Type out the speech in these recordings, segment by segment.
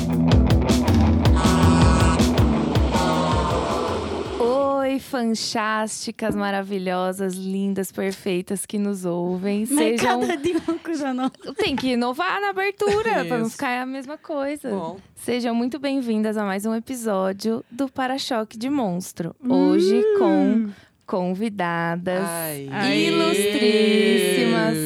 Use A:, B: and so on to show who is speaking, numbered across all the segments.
A: Oi, fantásticas, maravilhosas, lindas, perfeitas que nos ouvem. Sejam
B: de uma coisa não.
A: Tem que inovar na abertura para não
C: Isso.
A: ficar a mesma coisa.
C: Bom.
A: Sejam muito bem-vindas a mais um episódio do Para-choque de Monstro. Hoje com convidadas
B: Hum. Ai.
A: ilustríssimas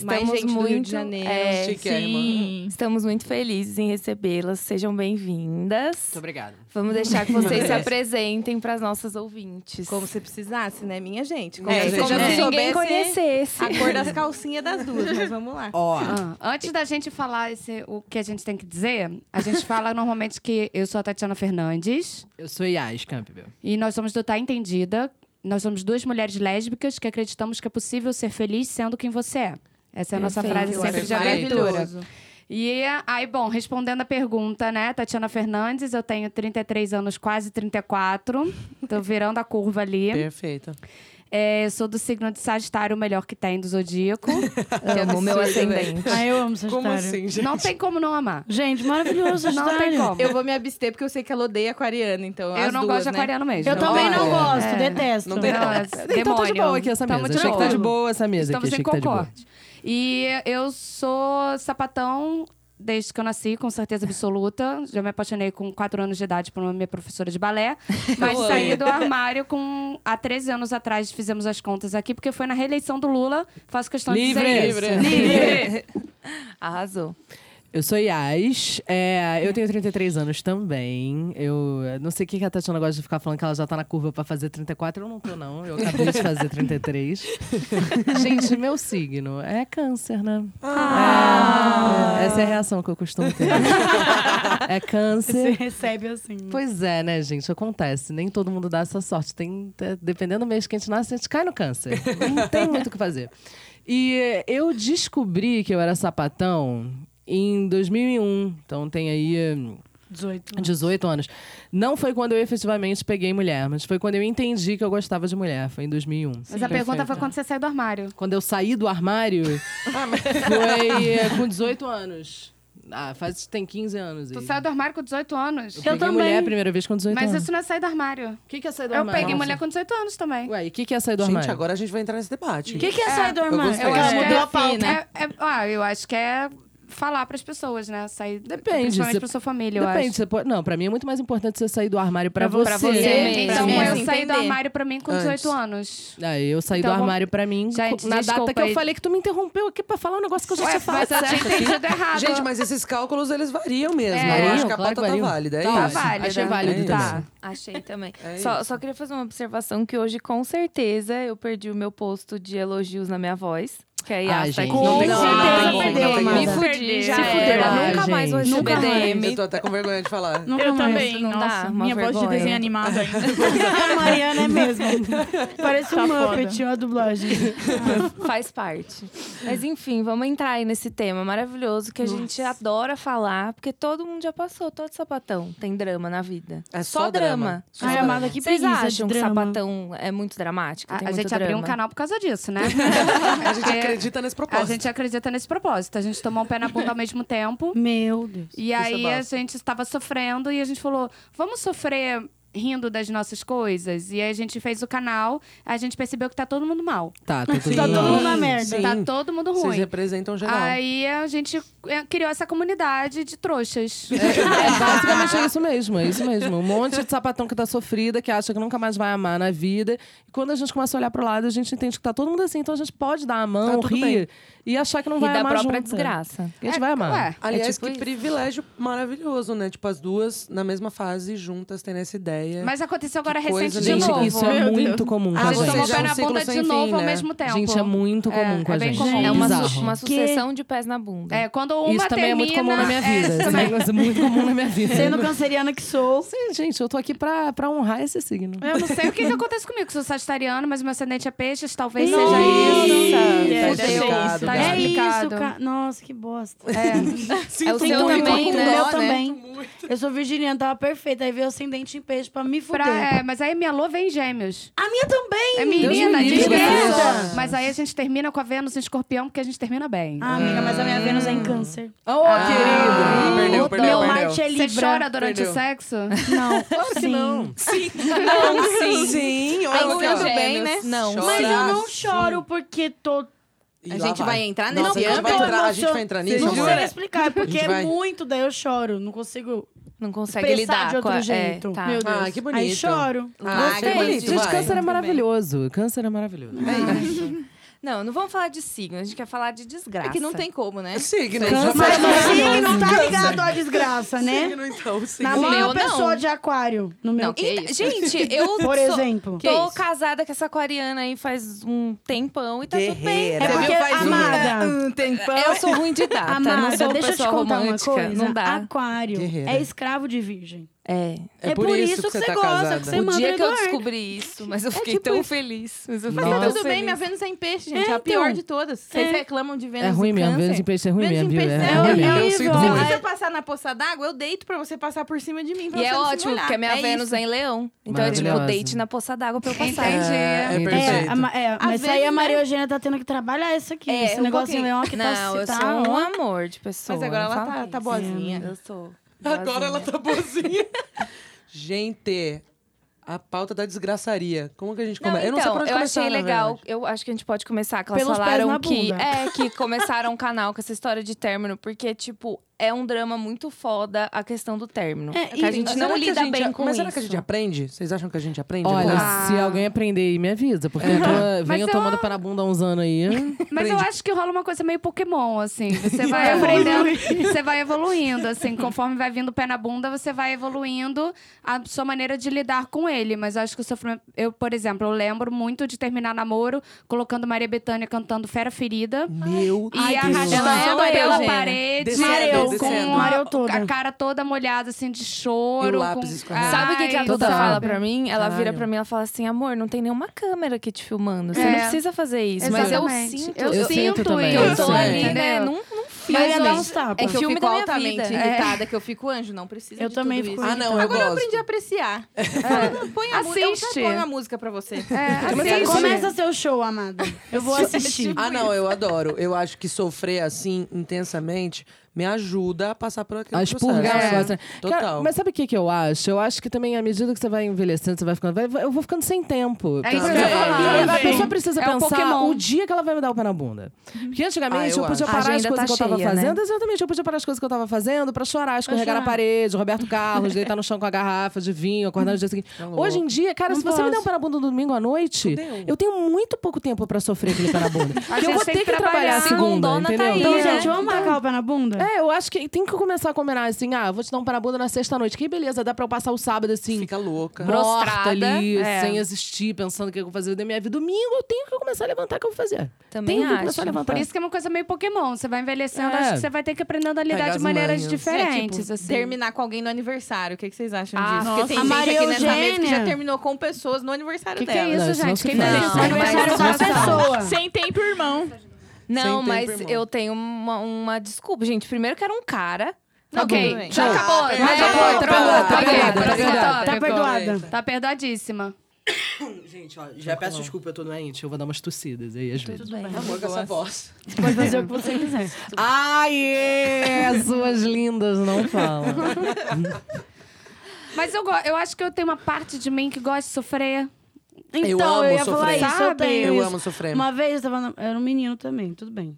A: que
B: Mais
A: estamos
B: gente do
A: muito
B: Rio de Janeiro.
A: é,
C: Chiquérrima.
D: Sim.
A: estamos muito felizes em recebê-las. Sejam bem-vindas.
C: Muito obrigado.
A: Vamos deixar que vocês se apresentem para as nossas ouvintes.
B: Como se precisasse, né, minha gente? Como,
C: É,
B: se,
C: como
B: eu
C: se
A: ninguém
B: soubesse
A: conhecesse.
B: a cor das calcinhas das duas, mas vamos lá.
C: Ó,
E: Ah, Antes da gente falar esse- o que a gente tem que dizer, a gente fala normalmente que eu sou a Tatiana Fernandes
C: eu sou Yas Campbell.
E: e nós somos do Tá Entendida. Nós somos duas mulheres lésbicas que acreditamos que é possível ser feliz sendo quem você é. Essa é a nossa
A: Perfeito.
E: frase sempre de
C: Perfeito.
E: abertura. E aí, bom, respondendo a pergunta, né, Tatiana Fernandes, eu tenho 33 anos, quase 34. Tô virando a curva ali.
C: Perfeito.
E: É, sou do signo de Sagitário, o melhor que tem do zodíaco.
B: Ah,
A: Amo meu ascendente.
F: Ah, eu amo Sagitário.
C: Como assim, gente?
E: Não tem como não amar.
F: Gente, maravilhoso tá?
E: Não
F: Sagitário.
E: tem como.
B: Eu vou me abster porque eu sei que ela odeia aquariana, então
E: Eu
B: as
E: não
B: duas,
E: gosto de
B: né?
E: aquariano mesmo.
F: Eu também não
C: Olha,
F: gosto,
E: é.
F: detesto. Ah,
C: Não tem-
E: Não, é
C: Então tá de
E: demônio.
C: boa aqui essa
E: Tamo
C: mesa.
E: de
C: Achei que tá de
E: boa.
C: boa essa mesa
E: Estamos
C: aqui.
E: em
C: Achei que tá de boa.
E: concorde. E eu sou sapatão desde que eu nasci, com certeza absoluta. Já me apaixonei com 4 anos de idade por uma minha professora de balé. Mas
B: amo.
E: saí do armário com... Há 13 anos atrás, fizemos as contas aqui, porque foi na reeleição do Lula. Faço questão de dizer isso.
C: Livre!
A: Arrasou.
G: Eu sou Yas, é, eu tenho 33 anos também. Eu é, não sei o que que a Tatiana gosta de ficar falando que ela já tá na curva pra fazer 34. Eu não tô, não. Eu acabei de fazer 33. Gente, meu signo é câncer, né?
E: Ah!
G: É, essa é a reação que eu costumo ter. é
F: Você
G: câncer.
F: recebe assim.
G: Pois é, né, gente? Acontece. Nem todo mundo dá essa sorte. Tem, é, dependendo do mês que a gente nasce, a gente cai no câncer. Não tem muito o que fazer. E é, eu descobri que eu era sapatão em 2001. Então tem aí é,
F: 18.
G: 18 anos. Não foi quando eu efetivamente peguei mulher, mas foi quando eu entendi que eu gostava de mulher. Foi em 2001.
E: Mas a pergunta foi quando você saiu do armário.
G: Quando eu saí do armário, foi é, com 18 anos. Ah, faz, tem 15 anos.
E: Tu
G: aí.
E: saiu do armário com 18 anos.
G: Eu peguei
F: também.
G: mulher a primeira vez com 18
E: Mas
G: anos.
E: isso não é sair do armário.
G: O que, que é sair do
E: Eu
G: armário?
E: peguei mulher com 18 anos também.
G: Ué, e o que, que é sair do
H: Gente,
G: armário?
H: agora a gente vai entrar nesse debate.
F: O que, que é sair do armário?
H: gostei.
F: É que ela
E: acho
F: mudou
E: que
F: a pauta.
E: é- é- ah, eu acho que é falar pras pessoas, né? Sair,
G: Depende,
E: Principalmente
G: você-
E: pra sua família, eu
G: Depende.
E: acho.
G: Você pode... Não, pra mim é muito mais importante você sair do armário pra, assim, você.
A: pra você mesmo.
E: Então,
F: Pra
E: eu
B: mim.
E: saí do
B: Entender.
E: armário pra mim com 18 anos.
G: Ah, eu saí
E: Então,
G: do
E: vamos-
G: armário pra mim
E: Gente,
G: na
E: desculpa
G: data que eu
E: aí.
G: falei que tu me interrompeu aqui pra falar um negócio que eu já
E: Ué,
G: tinha falado.
E: mas eu tinha entendido errado.
H: Gente, mas esses cálculos, eles variam mesmo.
E: É,
H: eu acho que a pauta
G: claro que
H: tá
G: variam.
H: válida, é
E: Tá
H: isso.
E: válida.
G: Achei válido
E: Tá.
A: Achei também.
H: É
A: só,
H: isso.
A: só queria fazer uma observação que hoje, com certeza, eu perdi o meu posto de elogios na minha voz. Que aí
G: Ah,
A: a
G: gente,
F: não tem como, não tem
A: certeza
F: como,
A: perdeu,
F: não tem como.
A: Me
F: Se
A: fudi, já
F: se fuder.
A: era.
G: Ah,
A: Nunca mais vou receber
F: nunca mais.
H: Eu
A: DM.
H: tô até com vergonha de falar.
F: Nunca
D: Eu
F: mais.
D: também,
A: não dá,
D: nossa.
A: uma
D: minha voz de
A: vergonha.
D: desenho animado ainda.
F: a Mariana é mesmo. Parece
D: Tá
F: um
D: foda.
F: Muppet, uma dublagem.
A: Faz parte. Mas enfim, vamos entrar aí nesse tema maravilhoso que a gente adora falar, porque todo mundo já passou, todo sapatão tem drama na vida.
H: É só drama. Só
F: Ai,
H: drama.
F: amada, que
A: Vocês
F: preguiça de
A: acham que
F: drama.
A: sapatão é muito dramático?
E: A,
A: tem
E: a
A: muito
E: gente abriu um
A: drama?
E: canal por causa disso, né?
H: A gente
E: Porque
H: acredita nesse propósito.
E: A gente acredita nesse propósito. A gente tomou um pé na bunda ao mesmo tempo.
F: Meu Deus.
G: é
E: E aí a gente estava sofrendo e a gente falou: vamos sofrer rindo das nossas coisas? E aí a gente fez o canal, a gente percebeu que tá todo mundo mal.
G: Tá, tá tudo
F: Tá todo
G: bem.
F: mundo na merda.
H: Sim.
E: Tá todo mundo
H: Vocês
E: ruim.
H: representam geral.
E: Aí a gente é, criou essa comunidade de trouxas.
G: É basicamente isso mesmo, é isso mesmo. Um monte de sapatão que tá sofrida, que acha que nunca mais vai amar na vida. E quando a gente começa a olhar pro lado, a gente entende que tá todo mundo assim, então a gente pode dar a mão,
H: Tá tudo
G: rir e achar que não
A: E
G: vai
A: da
G: amar
A: própria
G: junto. né?
A: desgraça.
G: E a gente vai amar.
E: É, Ué,
H: Aliás,
A: tipo
H: que
A: isso.
H: privilégio maravilhoso, né? Tipo, as duas na mesma fase juntas tendo essa ideia ideia.
E: Mas aconteceu agora
H: Que coisa,
E: recente de
G: Gente,
E: novo.
G: isso é
B: Meu Deus.
G: muito comum com
H: Ah,
E: a
G: a
E: gente
H: vocês
E: tomou
H: já
E: pé
H: é um
G: gente.
E: na
H: ciclo
E: bunda
H: sem
E: de novo
H: fim,
E: ao
H: né?
E: mesmo tempo.
G: Gente, é muito comum
E: É,
G: com a
E: é bem
G: gente.
E: comum.
G: É
A: É uma, su-
G: bizarro.
A: uma sucessão de pés na bunda.
E: É, quando uma
G: Isso também é muito comum
E: termina,
G: na minha
E: é,
G: vida. Esse
E: também.
G: negócio é muito comum na minha vida.
F: Sendo canceriana que sou.
G: Sim, gente, eu tô aqui pra, pra honrar esse signo.
E: Eu não sei o que, que acontece comigo. Sou sagitariana, mas meu ascendente é peixes, talvez
F: Nossa!
E: seja isso.
H: Tá explicado,
F: Tá
E: tá
H: cara.
F: É isso,
E: explicado.
F: cara. Nossa, que bosta.
A: É o seu
F: Sinto muito,
A: também,
F: um o
A: né?
F: meu
A: Né?
F: também. Eu sou virginiana, tava perfeita. Aí veio ascendente em peixe pra me fuder.
E: Pra- é, mas aí minha lua vem em gêmeos.
F: A minha também!
E: É
G: Deus
E: menina,
G: me livre,
E: descreta.
F: Deus.
E: Mas aí a gente termina com a Vênus em escorpião, porque a gente termina bem.
F: Ah, amiga, mas a minha
H: Hum.
F: Vênus é em câncer.
G: Ô, querido!
H: Ah, perdeu,
F: Meu
H: perdeu, perdeu.
F: Marte é
E: Você
F: Libra.
E: chora durante
H: Perdeu.
E: o sexo?
F: Não, sim.
H: Não, sim. Sim, olha
A: Aí
H: só.
A: tudo bem, né?
C: Não.
H: Chora.
F: Mas eu não choro porque tô...
H: E
C: A
H: lá
C: gente vai entrar
H: Nossa,
C: nesse
H: a gente vai
F: âmbito?
H: entrar- A gente vai entrar nisso?
F: não
H: amor?
F: sei explicar, é porque
H: A gente vai-
F: é muito, daí eu choro. Não consigo
A: Não consegue
F: expressar
A: lidar
F: de
A: com a...
F: outro
A: é,
F: jeito.
A: tá.
F: Meu Deus.
H: Ah, que bonito.
F: Aí choro.
H: Ah, que
C: Gostei.
H: bonito,
G: Gente,
H: vai.
G: câncer é maravilhoso. Câncer é maravilhoso.
H: É isso.
A: Não, não vamos falar de signo, a gente quer falar de desgraça.
C: É que não tem como, né?
H: Signo.
G: Câncer.
H: já
F: Mas
H: falou.
F: o signo tá ligado à desgraça, né?
H: Signo, então. Signo.
F: Na
A: O
F: mão
A: meu,
F: uma pessoa
A: não.
F: de aquário. No meu
A: Não, que isso? Gente, eu
F: Por
A: sou-
F: exemplo.
C: Que
A: tô
C: isso?
A: casada com essa aquariana aí faz um tempão e tá tudo bem.
H: Guerreira.
F: É
H: Você
F: porque,
H: viu? Faz um-
F: amada,
C: Um tempão.
A: Eu sou ruim de data, Ah, tá, não
F: amada,
A: sou uma
F: deixa eu te
A: pessoa
F: contar
A: romântica,
F: uma coisa.
A: não dá.
F: Aquário
H: Guerreira.
F: é escravo de virgem.
A: É.
H: É por isso que você tá casada.
F: que você
A: o
F: manda
A: dia
F: o
A: que eu
F: Eduardo.
A: descobri É isso, mas eu fiquei
C: tipo
A: tão
C: isso.
A: feliz. Mas eu
G: Mas
A: fiquei
G: tá
A: tão
B: Tudo bem,
A: feliz.
B: minha Vênus é em peixe, gente. É,
F: É,
B: a pior
F: então.
B: de todas. Vocês
F: É.
B: reclamam de Vênus
G: É ruim
B: em
G: mesmo.
B: câncer.
G: Vênus em peixe é ruim
B: Vênus em
G: mesmo, viu?
B: peixe
G: É
F: é
G: ruim
F: horrível.
G: mesmo.
H: Eu sinto
B: Se
H: muito.
B: você passar na poça d'água, eu deito pra você passar por cima de mim. pra
A: E
B: você
A: é
B: não se
A: ótimo,
B: molhar.
A: porque a minha
B: É
A: Vênus
B: isso.
A: é em leão. Então é tipo
G: Maravilhosa.
A: date na poça d'água pra eu passar.
E: Entendi.
H: É
F: É, a
H: perfeito.
F: ma- é, mas isso aí
B: vezes,
F: a Maria
B: né?
F: Eugênia tá tendo que trabalhar isso aqui.
B: É,
F: esse
B: um
F: negócio
B: pouquinho.
F: em leão aqui
A: Não,
F: tá,
A: eu
F: tá
A: sou um
F: ó.
A: amor de pessoa.
B: Mas agora
A: não
B: ela
A: fala
B: tá,
A: isso.
B: tá boazinha.
A: Eu sou.
H: Agora ela tá boazinha. Gente, a pauta da desgraçaria. Como que a gente
A: Não,
H: começa? eu não sei
A: então,
H: pra onde
A: eu
H: começar,
A: achei
H: na
A: legal.
H: verdade.
A: Eu acho que a gente pode começar, que elas
F: Pelos pés
A: falaram
F: na
A: que.
F: bunda.
A: É, que começaram o canal com essa história de término, porque, tipo, é um drama muito foda a questão do término.
F: É,
A: que a
F: e-
A: gente
H: Mas
A: não
H: será que a
A: lida
H: gente-
A: bem com
H: Mas
A: isso.
H: será que a gente aprende? Vocês acham que a gente aprende?
G: Olha,
H: alguma
E: Ah.
G: se alguém aprender aí, me avisa. Porque eu tô,
E: Mas
G: venho
E: eu-
G: tomando pé na bunda há uns anos aí.
E: Mas eu
H: Aprendi.
E: acho que rola uma coisa meio Pokémon, assim. Você vai aprendendo, você vai evoluindo, assim. Conforme vai vindo o pé na bunda, você vai evoluindo a sua maneira de lidar com ele. Mas eu acho que o sofrimento... Eu, por exemplo, eu lembro muito de terminar namoro colocando Maria Bethânia cantando Fera Ferida.
H: coisa? Meu
E: E
H: Deus.
E: arrastando
A: Ela é a
E: ela
A: Maria
E: pela
A: Eugênia.
E: parede.
H: Descendo,
E: com
H: descendo.
E: a,
F: Mareu toda.
E: a cara toda molhada, assim, de
H: E
E: choro.
H: o lápis
E: com-
H: escorrendo.
A: Sabe o que, que a
E: Ai,
A: Duda
E: sabe?
A: fala pra mim? Ela vira
H: Caralho.
A: pra mim e fala assim: amor, não tem nenhuma câmera aqui te filmando. Você
E: É.
A: não precisa fazer isso. Mas
E: Exatamente.
A: eu sinto.
E: Eu,
G: Eu
E: sinto,
G: sinto
E: isso.
G: também,
A: eu tô
G: Sim.
A: ali, né?
E: entendeu?
A: Num, num
F: Mas
A: filme.
F: ia dar uns tapas.
A: É
B: É que eu
A: filme
B: fico
A: da minha
B: altamente
A: vida.
B: irritada, que eu fico anjo, não precisa
F: Eu
B: de
F: também
B: tudo
F: fico
B: isso.
H: Ah, não, eu
B: Agora eu
H: gosto.
B: aprendi a apreciar. Põe a, mu- eu
E: Assiste.
B: põe a música pra você.
E: É,
H: Mas
E: assim,
H: sabe como
E: começa
F: Começa seu show, amada. Eu vou assistir.
H: Ah, não, eu adoro. Eu acho que sofrer assim intensamente me ajuda a passar por aquele
G: A expurgar
H: processo. É.
G: o negócio. né?
H: Total.
G: Cara, mas sabe o que, que eu acho? Eu acho que também, à medida que você vai envelhecendo, você vai ficando. vai- vai- eu vou ficando sem tempo.
E: É isso
G: Tá?
E: que eu ia
H: Também.
E: falar.
G: A pessoa precisa
E: É o
G: pensar
E: Pokémon.
G: o dia que ela vai me dar o pé na bunda. Porque
H: Ah,
G: antigamente
H: eu
G: eu,
A: acho.
G: podia parar as
A: Agenda
G: coisas
A: tá
G: que eu tava
A: cheia, né?
G: fazendo. Exatamente, eu podia parar as coisas que eu tava fazendo pra chorar, escorregar na
F: chorar.
G: parede, Roberto Carlos, deitar no chão com a garrafa de vinho, acordar no dia seguinte.
H: Tá louco.
G: Hoje em dia, cara,
F: Não
G: se você me der um
F: posso.
G: pé na bunda no domingo à noite, eu tenho muito pouco tempo pra sofrer aquele pé na bunda. Porque eu
E: gente
G: vou
E: tem
G: ter
E: que
G: que trabalhar
E: trabalhar.
G: segunda,
A: Segundona tá
G: entendeu?
A: aí,
F: Então,
A: né?
F: gente, vamos marcar o pé na bunda?
G: É, eu acho que tem que começar a combinar assim, ah, vou te dar um parabunda na sexta-noite. Que beleza, dá pra eu passar o sábado assim,
H: Fica louca.
A: Bro-
G: morta
A: Prostrada,
G: ali,
A: é.
G: sem existir, pensando o que eu vou fazer da minha vida. Domingo eu tenho que começar a levantar o que eu vou fazer.
A: Também
G: tenho que
A: acho.
G: começar a levantar.
E: Por isso que é uma coisa meio Pokémon. Você vai envelhecendo,
G: É.
E: acho que você vai ter que aprendendo a lidar
H: Pegar
E: de
H: as
E: maneiras
H: manhas.
E: diferentes,
B: É, tipo,
E: assim.
B: Terminar com alguém no aniversário. O que, que vocês acham
E: Ah,
B: disso?
E: nossa.
B: Porque
F: A
B: tem gente
F: Maria
B: aqui nessa mesa que já
F: Eugênia.
B: terminou com pessoas no aniversário
E: que, que
B: dela.
E: é isso,
G: Não, isso não
E: gente?
G: se
E: Quem
G: faz.
E: fez isso?
A: Não,
E: Aniversário da
A: mas-
E: pessoa.
C: Sem tempo, irmão.
A: Não,
H: tempo,
A: mas
H: irmão.
A: eu tenho uma, uma desculpa. Gente, primeiro que era um cara.
B: Tá bom,
E: Ok,
B: tudo
E: já
B: bem.
E: acabou.
H: Ah,
E: Mas
H: tá
E: já foi,
H: bom, tá bom,
E: pronto.
H: tá
E: Ok,
H: bom, tá
E: próximo
H: bom.
A: Então,
E: tópico.
F: Tá perdoada.
E: Tá perdoadíssima.
G: Gente, ó, já peço desculpa, eu tô doente, eu vou dar umas tossidas aí às vezes.
H: Amor com essa voz.
F: Pode fazer o que você quiser.
G: Ai, é, suas lindas, não falam.
E: Mas eu, go- eu acho que eu tenho uma parte de mim que gosta de sofrer.
F: Então,
H: amo
F: eu, ia falar
H: sofrer.
F: isso, eu
E: Sabe?
F: tenho
H: Eu
F: isso.
H: amo sofrer.
F: Uma vez eu tava. na- Eu era um menino também, tudo bem.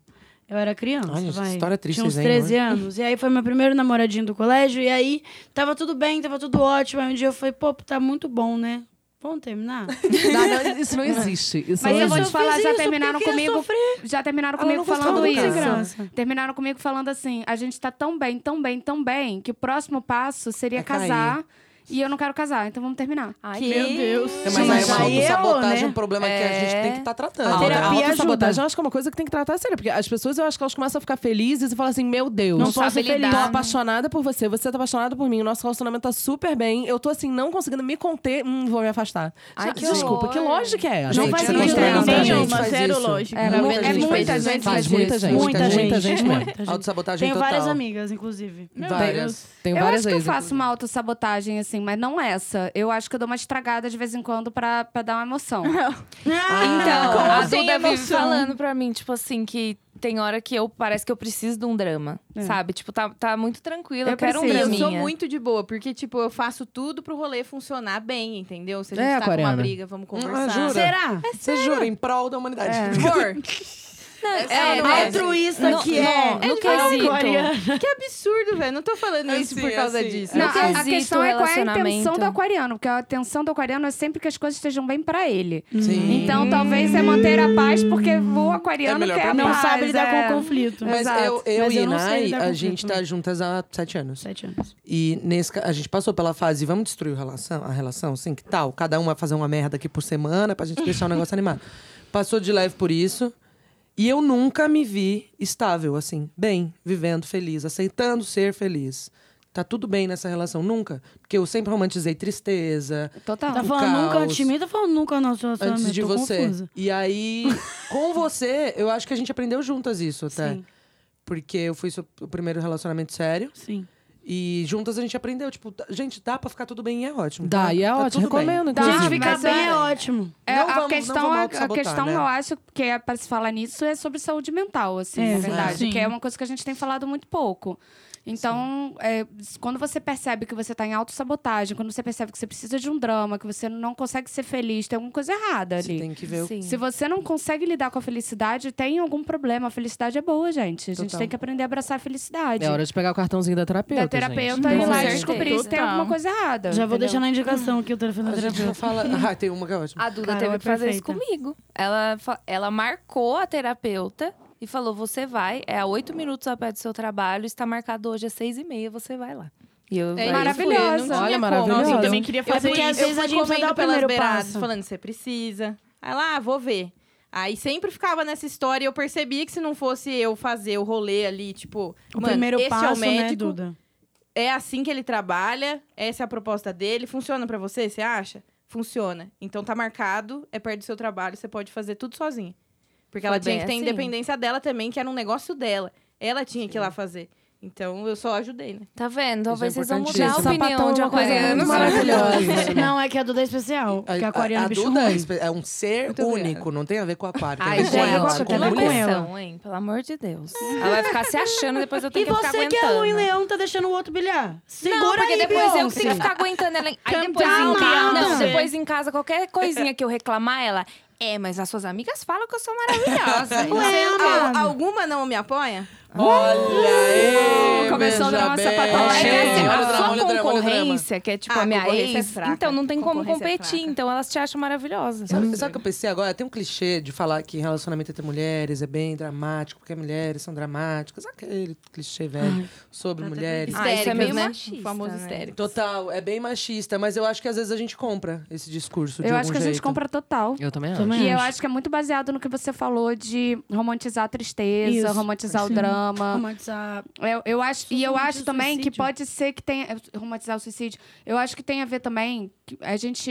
F: Eu era criança.
H: Olha, essa
F: vai.
H: história é triste,
F: Tinha uns
H: hein,
F: 13 anos. E aí foi meu primeiro namoradinho do colégio. E aí tava tudo bem, tava tudo ótimo. Aí um dia eu falei, pô, tá muito bom, né? Vamos terminar?
G: Não, não, isso não existe. Isso
E: Mas
G: não
E: eu vou
G: existe.
E: te falar,
F: fiz
E: já
F: isso,
E: terminaram
F: porque eu queria
E: comigo.
F: sofrer.
E: Já terminaram
F: Ela
E: comigo
F: não gostou,
E: falando
F: muito sem
E: isso.
F: graça.
E: Terminaram comigo falando assim: a gente tá tão bem, tão bem, tão bem, que o próximo passo seria
H: É cair.
E: casar. E eu não quero casar, então vamos terminar.
A: Ah,
C: Ai,
F: Que-
C: meu Deus.
H: É, mas
F: Gente,
H: aí
F: mas
H: uma
F: aí é o,
H: autossabotagem é
F: né?
H: um problema que a gente tem que estar tratando.
G: A
H: né?
F: terapia ajuda.
G: autossabotagem eu acho que é uma coisa que tem que tratar sério. Porque as pessoas, eu acho que elas começam a ficar felizes e falam assim: Meu Deus,
F: Não posso
A: sabe
F: ser
A: lidar,
F: feliz.
G: tô
A: né?
G: apaixonada por você, você tá apaixonado por mim, o nosso relacionamento tá super bem. Eu tô assim, não conseguindo me conter, hum, vou me afastar.
A: Ai,
G: Já-
A: que
G: Desculpa,
A: horror.
G: que lógica é essa?
F: Não
G: Gente,
F: faz
G: você tá
F: sentido
G: estragando pra
H: nenhum.
G: gente.
C: Nenhuma,
H: faz
C: zero
H: isso.
C: lógica.
E: É,
H: Muita
E: é
H: gente faz
E: muita
H: isso.
G: Faz
E: gente faz
G: muita
E: isso.
G: gente.
F: Muita gente.
G: muita gente mesmo.
H: Autossabotagem
F: Tenho
H: total.
F: várias amigas, inclusive. Ah,
C: Meu
H: Várias.
G: Tem
E: Eu
G: várias
E: acho que eu
G: vezes.
E: faço uma autossabotagem, assim, mas não essa. Eu acho que eu dou uma estragada de vez em quando pra, pra dar uma emoção.
H: Ah,
A: Então,
C: Como
A: a
C: sem
A: Duda vive
C: emoção?
A: falando pra mim, tipo assim, que tem hora que eu parece que eu preciso de um drama, sabe? Tipo, tá, tá muito tranquila, eu,
E: Eu
A: quero um
E: preciso.
B: Eu
A: draminha.
B: sou muito de boa, porque, tipo, eu faço tudo pro rolê funcionar bem, entendeu? Se a gente
G: É,
B: tá com
G: aquariana.
B: uma briga, vamos
H: Ah,
B: conversar.
H: jura?
F: Será?
H: Você jura em prol da humanidade.
B: Por.
A: É,
B: não é?
A: né?
F: altruísta
A: No-
F: que
A: no-
F: é.
A: no
F: Ah,
A: quesito.
F: Aquariana.
B: que é absurdo, velho. Não tô falando
H: É
B: isso
H: assim,
B: por
H: é
B: causa
H: assim.
B: disso.
E: Não,
A: No
E: a- a,
A: quesito
E: questão é qual é a intenção
A: relacionamento.
E: do aquariano, porque a intenção do aquariano é sempre que as coisas estejam bem pra ele.
H: Sim.
E: Então, talvez é manter a paz, porque o aquariano
H: É melhor
E: quer
H: pra
E: a
H: mim.
F: Não
E: paz,
F: sabe lidar
E: é.
F: com o conflito.
E: Mas
H: Mas
E: Exato.
H: eu, eu
F: Mas
H: e
F: eu não sei
H: Nai,
F: lidar com
H: a
F: conflito
H: gente tá
F: também.
H: juntas há sete anos.
F: Sete anos.
H: E nesse, ca- a gente passou pela fase, vamos destruir a relação, a relação, assim, que tal? Cada um vai fazer uma merda aqui por semana pra gente deixar o negócio animado. Passou de leve por isso. E eu nunca me vi estável, assim, bem, vivendo, feliz, aceitando ser feliz. Tá tudo bem nessa relação, nunca. Porque eu sempre romantizei tristeza,
E: Total.
F: Tá
H: O
F: falando nunca
H: Um caos.
F: antes de mim, tá falando nunca nosso relacionamento.
H: antes de
F: Tô
H: você.
F: Confusa.
H: E aí, com você, eu acho que a gente aprendeu juntas isso até.
F: Sim.
H: Porque eu fui seu- o primeiro relacionamento sério.
F: Sim.
H: E juntas a gente aprendeu, tipo, tá- gente, dá pra ficar tudo bem e é ótimo.
G: Dá, e é
H: Tá
G: ótimo.
H: tudo bem.
G: Recomendo,
E: Dá.
G: inclusive.
F: Gente, ficar
E: mas
F: bem
E: é-
F: é ótimo.
E: É,
H: Não
E: a
H: vamos- não
E: questão,
H: vamos
E: a- a
H: autossabotar,
E: questão
H: né?
E: eu acho que é para se falar nisso é sobre saúde mental, assim,
F: É,
E: na verdade,
C: sim.
E: que é uma coisa que a gente tem falado muito pouco. Então, é, s- quando você percebe que você tá em autossabotagem, quando você percebe que você precisa de um drama, que você não consegue ser feliz, tem alguma coisa errada
H: Você
E: ali.
H: tem que ver o
A: Sim.
E: Se você não consegue lidar com a felicidade, tem algum problema. A felicidade é boa, gente. A gente
H: Total.
E: tem que aprender a abraçar a felicidade. Então,
G: É hora de pegar o cartãozinho da terapeuta.
E: da terapeuta
G: gente.
E: e ir
A: Com
E: lá e
A: certeza.
E: descobrir se tem
C: Total.
E: alguma coisa
A: Tá,
E: errada.
F: Já vou
E: entendeu?
F: deixar na indicação aqui o telefone da
H: A gente
F: terapeuta.
H: não fala. Ah, tem uma que é ótima.
A: A Duda
F: Carol
A: teve
F: é
A: que fazer isso
F: perfeita.
A: comigo. Ela, fa- ela marcou a terapeuta e falou: você vai, é a oito minutos a pé do seu trabalho, está marcado hoje às seis e meia, você vai lá. E eu
B: É
A: aí
E: maravilhoso.
B: isso, eu não tinha
G: Olha,
B: como.
G: maravilhoso.
B: Nossa,
C: Eu
B: eu
C: também queria
B: Eu
C: fazer
B: fui,
F: porque às
C: isso.
F: vezes a
B: eu fui
F: gente precisa dar
B: comendo
F: o primeiro
B: pelas beiradas,
F: passo.
B: falando, você precisa. Aí lá, ah, vou ver. Aí sempre ficava nessa história e eu percebia que se não fosse eu fazer o rolê ali, tipo,
F: O
B: mano,
F: primeiro
B: esse
F: passo,
B: é o médico,
F: né, Duda?
B: é assim que ele trabalha, essa é a proposta dele, funciona pra você, você acha? Funciona. Então tá marcado, é perto do seu trabalho, você pode fazer tudo sozinha. Porque ela
A: Foi
B: tinha
A: bem
B: que ter a
A: assim.
B: independência dela também, que era um negócio dela. Ela tinha que ir lá fazer. Então eu só ajudei, né?
A: Tá vendo? Talvez
H: Isso é
A: vocês vão
H: importante.
A: mudar a
H: Gente,
A: opinião
F: é
A: de aquarianos.
G: maravilhosa.
F: Não, é que a Duda é especial. Porque a aquariana é
H: a
F: um bicho
H: Duda é
F: ruim.
H: espe- é um ser
B: Muito obrigada.
H: único, não tem a ver com a parte. é um tem a
A: Ai,
H: ver com ela,
A: gente,
H: com
A: que
F: ela, com
H: mulher.
A: loucura, hein? Pelo amor de Deus. Ela vai ficar se achando, depois eu
F: E
A: tenho que ficar
F: você
A: aguentando.
F: que é ruim, Leão, tá deixando o outro bilhar. Segura
A: não, porque
F: aí,
A: depois eu que
F: Beyoncé.
A: tenho que ficar aguentando ela. em- Aí
F: Calm
A: depois
F: down,
A: em casa, não,
F: Beyoncé.
A: depois em casa, qualquer coisinha que eu reclamar, ela... É, mas as suas amigas falam que eu sou maravilhosa.
F: Ué, amado.
B: Al- alguma não me apoia?
H: Olha aí!
E: Começou o
H: veja
E: drama
H: bem.
E: sapatão.
A: É que assim,
H: Olha o
A: a sua
H: drama, olha o drama, olha o drama.
A: concorrência, que é tipo
B: Ah,
A: a minha
B: concorrência é
A: ex,
B: fraca.
A: então não tem como
B: Concorrência é
A: competir.
B: fraca.
A: então elas te acham maravilhosa.
H: Sabe, sabe o que eu pensei agora? Tem um clichê de falar que relacionamento entre mulheres é bem dramático, porque mulheres são dramáticas. Aquele clichê velho sobre mulheres.
A: Ah, isso é meio
B: né?
A: machista,
B: O famoso
A: né?
B: histérico.
H: Total, é bem machista, mas eu acho que às vezes a gente compra esse discurso de
E: Eu
H: algum
E: acho que a gente
H: jeito.
E: compra total.
G: Eu também acho.
F: Também.
E: E eu
F: acho.
E: acho que é muito baseado no que você falou de romantizar a tristeza,
F: Isso.
E: romantizar
F: Sim.
E: o drama.
F: Romantizar.
E: Eu, eu acho, e eu
F: Romantizar
E: acho
F: o
E: também que
F: suicídio.
E: pode ser que tenha. eh, Romantizar o suicídio. Eu acho que tem a ver também. que A gente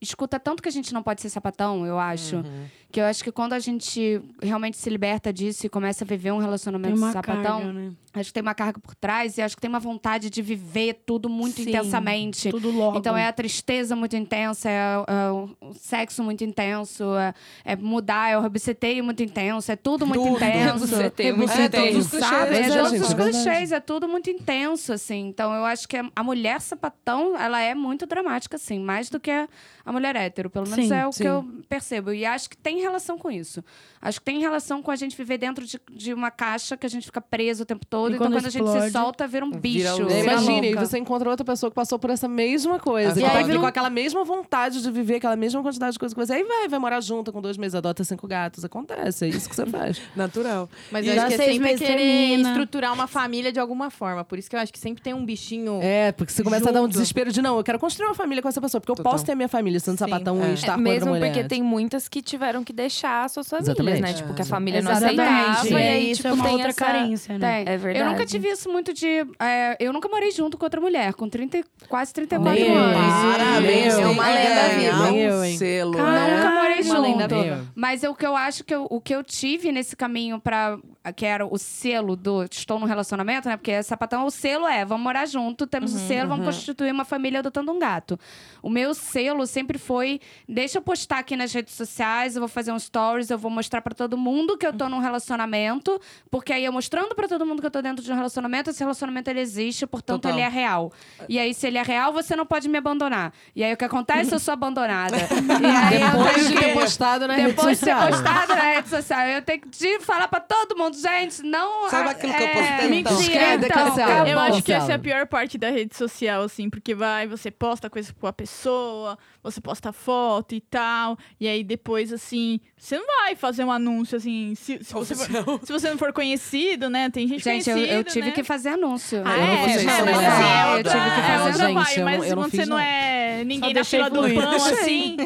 E: escuta tanto que a gente não pode ser sapatão, eu acho.
F: Uhum.
E: Que eu acho que quando a gente realmente se liberta disso e começa a viver um
F: Tem
E: relacionamento
F: uma
E: sapatão,
F: carga, né?
E: acho que tem uma carga por trás e acho que tem uma vontade de viver tudo muito
F: Sim.
E: intensamente.
F: Tudo logo.
E: Então é a tristeza muito intensa, é, é o- o sexo muito intenso, é, é mudar, é o rebuceteio muito intenso, é tudo muito
H: Tudo.
E: intenso.
A: Rebuceteio muito
H: É, todos os
A: intenso.
H: clichês.
E: Sabe? É
G: Mas é,
E: todos
G: gente,
E: os
G: é verdade.
E: clichês, é tudo muito intenso, assim. Então eu acho que a- a mulher sapatão, ela é muito dramática, assim, mais do que a mulher hétero. Pelo menos
F: Sim,
E: é o
H: sim.
E: que eu percebo. E acho que tem tem relação com isso. Acho que tem relação com a gente viver dentro de, de uma caixa que a gente fica preso o tempo todo.
F: E
E: então,
F: quando
E: quando a gente se
F: explode,
E: solta, vira um
H: vira
E: bicho.
H: louca.
E: vira
G: Imagina, e
E: louca.
G: você encontra outra pessoa que passou por essa mesma coisa.
H: E
G: que tá
H: aí
G: aqui
H: vira um-
G: com aquela mesma vontade de viver, aquela mesma quantidade de coisa que você. Aí vai, vai morar junto com dois meses, adota cinco gatos. Acontece, é isso que você faz.
H: Natural.
B: Mas
F: E
A: Então,
B: eu acho
F: dá
B: que é
F: seis
B: sempre
F: meses,
B: querer
F: termina.
B: estruturar uma família de alguma forma. Por isso que eu acho que sempre tem um bichinho.
G: É, porque você começa a dar um
B: Junto.
G: desespero de não, eu quero construir uma família com essa pessoa, porque eu
H: Total.
G: posso ter a minha família sendo
B: Sim,
G: sapatão
H: é.
G: e estar com outra
A: Mesmo
G: mulher.
A: porque tem muitas que tiveram que deixar as suas famílias,
G: Exatamente.
A: né? Tipo, que a família não aceitava.
F: Exatamente.
A: E
F: É,
A: aí,
F: isso
A: tipo,
F: é uma
A: tem
F: outra
A: essa...
F: carência, né?
E: Tem.
A: É verdade.
E: Eu nunca tive isso muito de. é, eu nunca morei junto com outra mulher, com 30, quase 34
G: Nem eu.
E: anos.
H: Parabéns,
A: É
H: tem
A: uma
H: que
A: lenda
H: ganhar
G: viva.
H: um
G: Nem eu, hein.
H: selo,
E: Eu
H: né?
E: nunca morei
B: Uma lenda
E: junto.
G: viva.
E: Mas é o que eu acho que eu, o que eu tive nesse caminho para que era o selo do estou num relacionamento, né? Porque sapatão, o selo é, vamos morar junto, temos o selo, vamos constituir uma família adotando um gato. O meu selo sempre foi, deixa eu postar aqui nas redes sociais, eu vou fazer um stories, eu vou mostrar para todo mundo que eu tô num relacionamento, porque aí eu mostrando para todo mundo que eu tô dentro de um relacionamento, esse relacionamento ele existe, portanto
H: Total.
E: ele é real. E aí se ele é real, você não pode me abandonar. E aí o que acontece? Eu sou abandonada. e aí eu
G: Depois
E: tenho
G: de
E: que-
G: ter postado na rede
E: depois de ter
G: social.
E: postado na rede social, eu tenho que de- falar pra todo mundo, gente, não.
H: Sabe
E: ah,
H: aquilo que eu postei, então?
E: Mentira,
G: Escreve,
E: então,
G: cancela.
E: acabou.
C: Eu acho que
G: Gonçalo.
C: essa é a pior parte da rede social, assim, porque vai, você posta coisa com a pessoa, você posta foto e tal, e aí depois, assim, você não vai fazer um anúncio, assim, se, se, você, for- se você não for conhecido, né? Tem gente,
E: Gente, eu,
C: conhecida,
E: eu tive
C: né?
E: que fazer anúncio.
C: Ah,
G: Eu não
C: é,
G: vou ser
C: mas
G: sincero,
C: assim,
G: né?
C: é
E: Eu
C: outra,
E: tive que
C: é
E: fazer
G: anúncio.
C: outra vibe,
G: Eu não-
C: mas
G: eu não
C: quando
G: fiz,
C: você não
G: não.
C: é ninguém na
F: deixei
C: fila do
F: fluir.
C: pão, assim,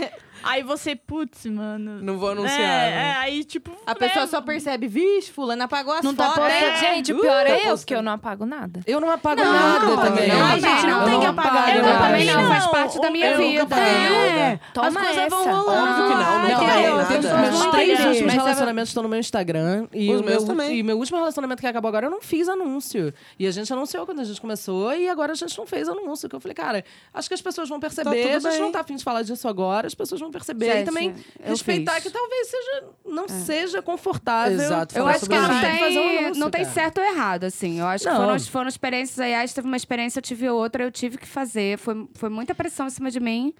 C: aí você, putz, mano...
H: Não vou
C: É,
H: anunciar. né?
C: é, aí tipo...
B: A
C: né,
B: pessoa só percebe, vixe, fulano apagou as
F: Não tá
B: fotos.
F: postando.
B: né?
A: Gente, o pior é
H: tá
A: eu,
H: postando.
A: porque eu não apago nada.
G: Eu não apago nada
H: não,
G: também.
H: não,
G: Eu
H: não,
E: gente, não tem que
F: apagar,
G: apago
E: Eu
G: nada.
E: também não,
C: Não,
E: faz parte da minha
C: eu nunca
E: vida.
H: apaguei
E: é.
H: nada.
A: Toma
F: As coisas vão
A: essa.
F: rolando.
H: né?
E: Ah,
H: Óbvio que não, né? não tem
F: vai, entendeu?
G: Não, eu
H: nada.
G: tenho
F: Pessoas
G: os meus
F: vão
G: três
F: entender.
G: últimos
F: Mas sabe-
G: relacionamentos estão no meu Instagram. E
H: Os
G: o
H: meus
G: meu,
H: também.
G: E meu último relacionamento que acabou agora, eu não fiz anúncio. E a gente anunciou quando a gente começou e agora a gente não fez anúncio. Que eu falei, cara, acho que as pessoas vão perceber.
H: tudo
G: a gente
H: bem.
G: não tá afim de falar disso agora, as pessoas vão perceber.
E: Gente,
G: e também
E: eu
G: respeitar
E: fiz.
G: que talvez seja, não seja confortável.
H: Exato,
E: Eu
H: falar
E: acho que
H: sobre
E: não
H: isso.
G: Tem que fazer um
E: tem,
G: anúncio,
E: não tem
G: cara.
E: certo ou errado, assim. Eu acho que
G: Não.
E: foram, foram experiências. Aliás, teve uma experiência, eu tive outra, eu tive que fazer. Foi, foi muita pressão em cima de mim.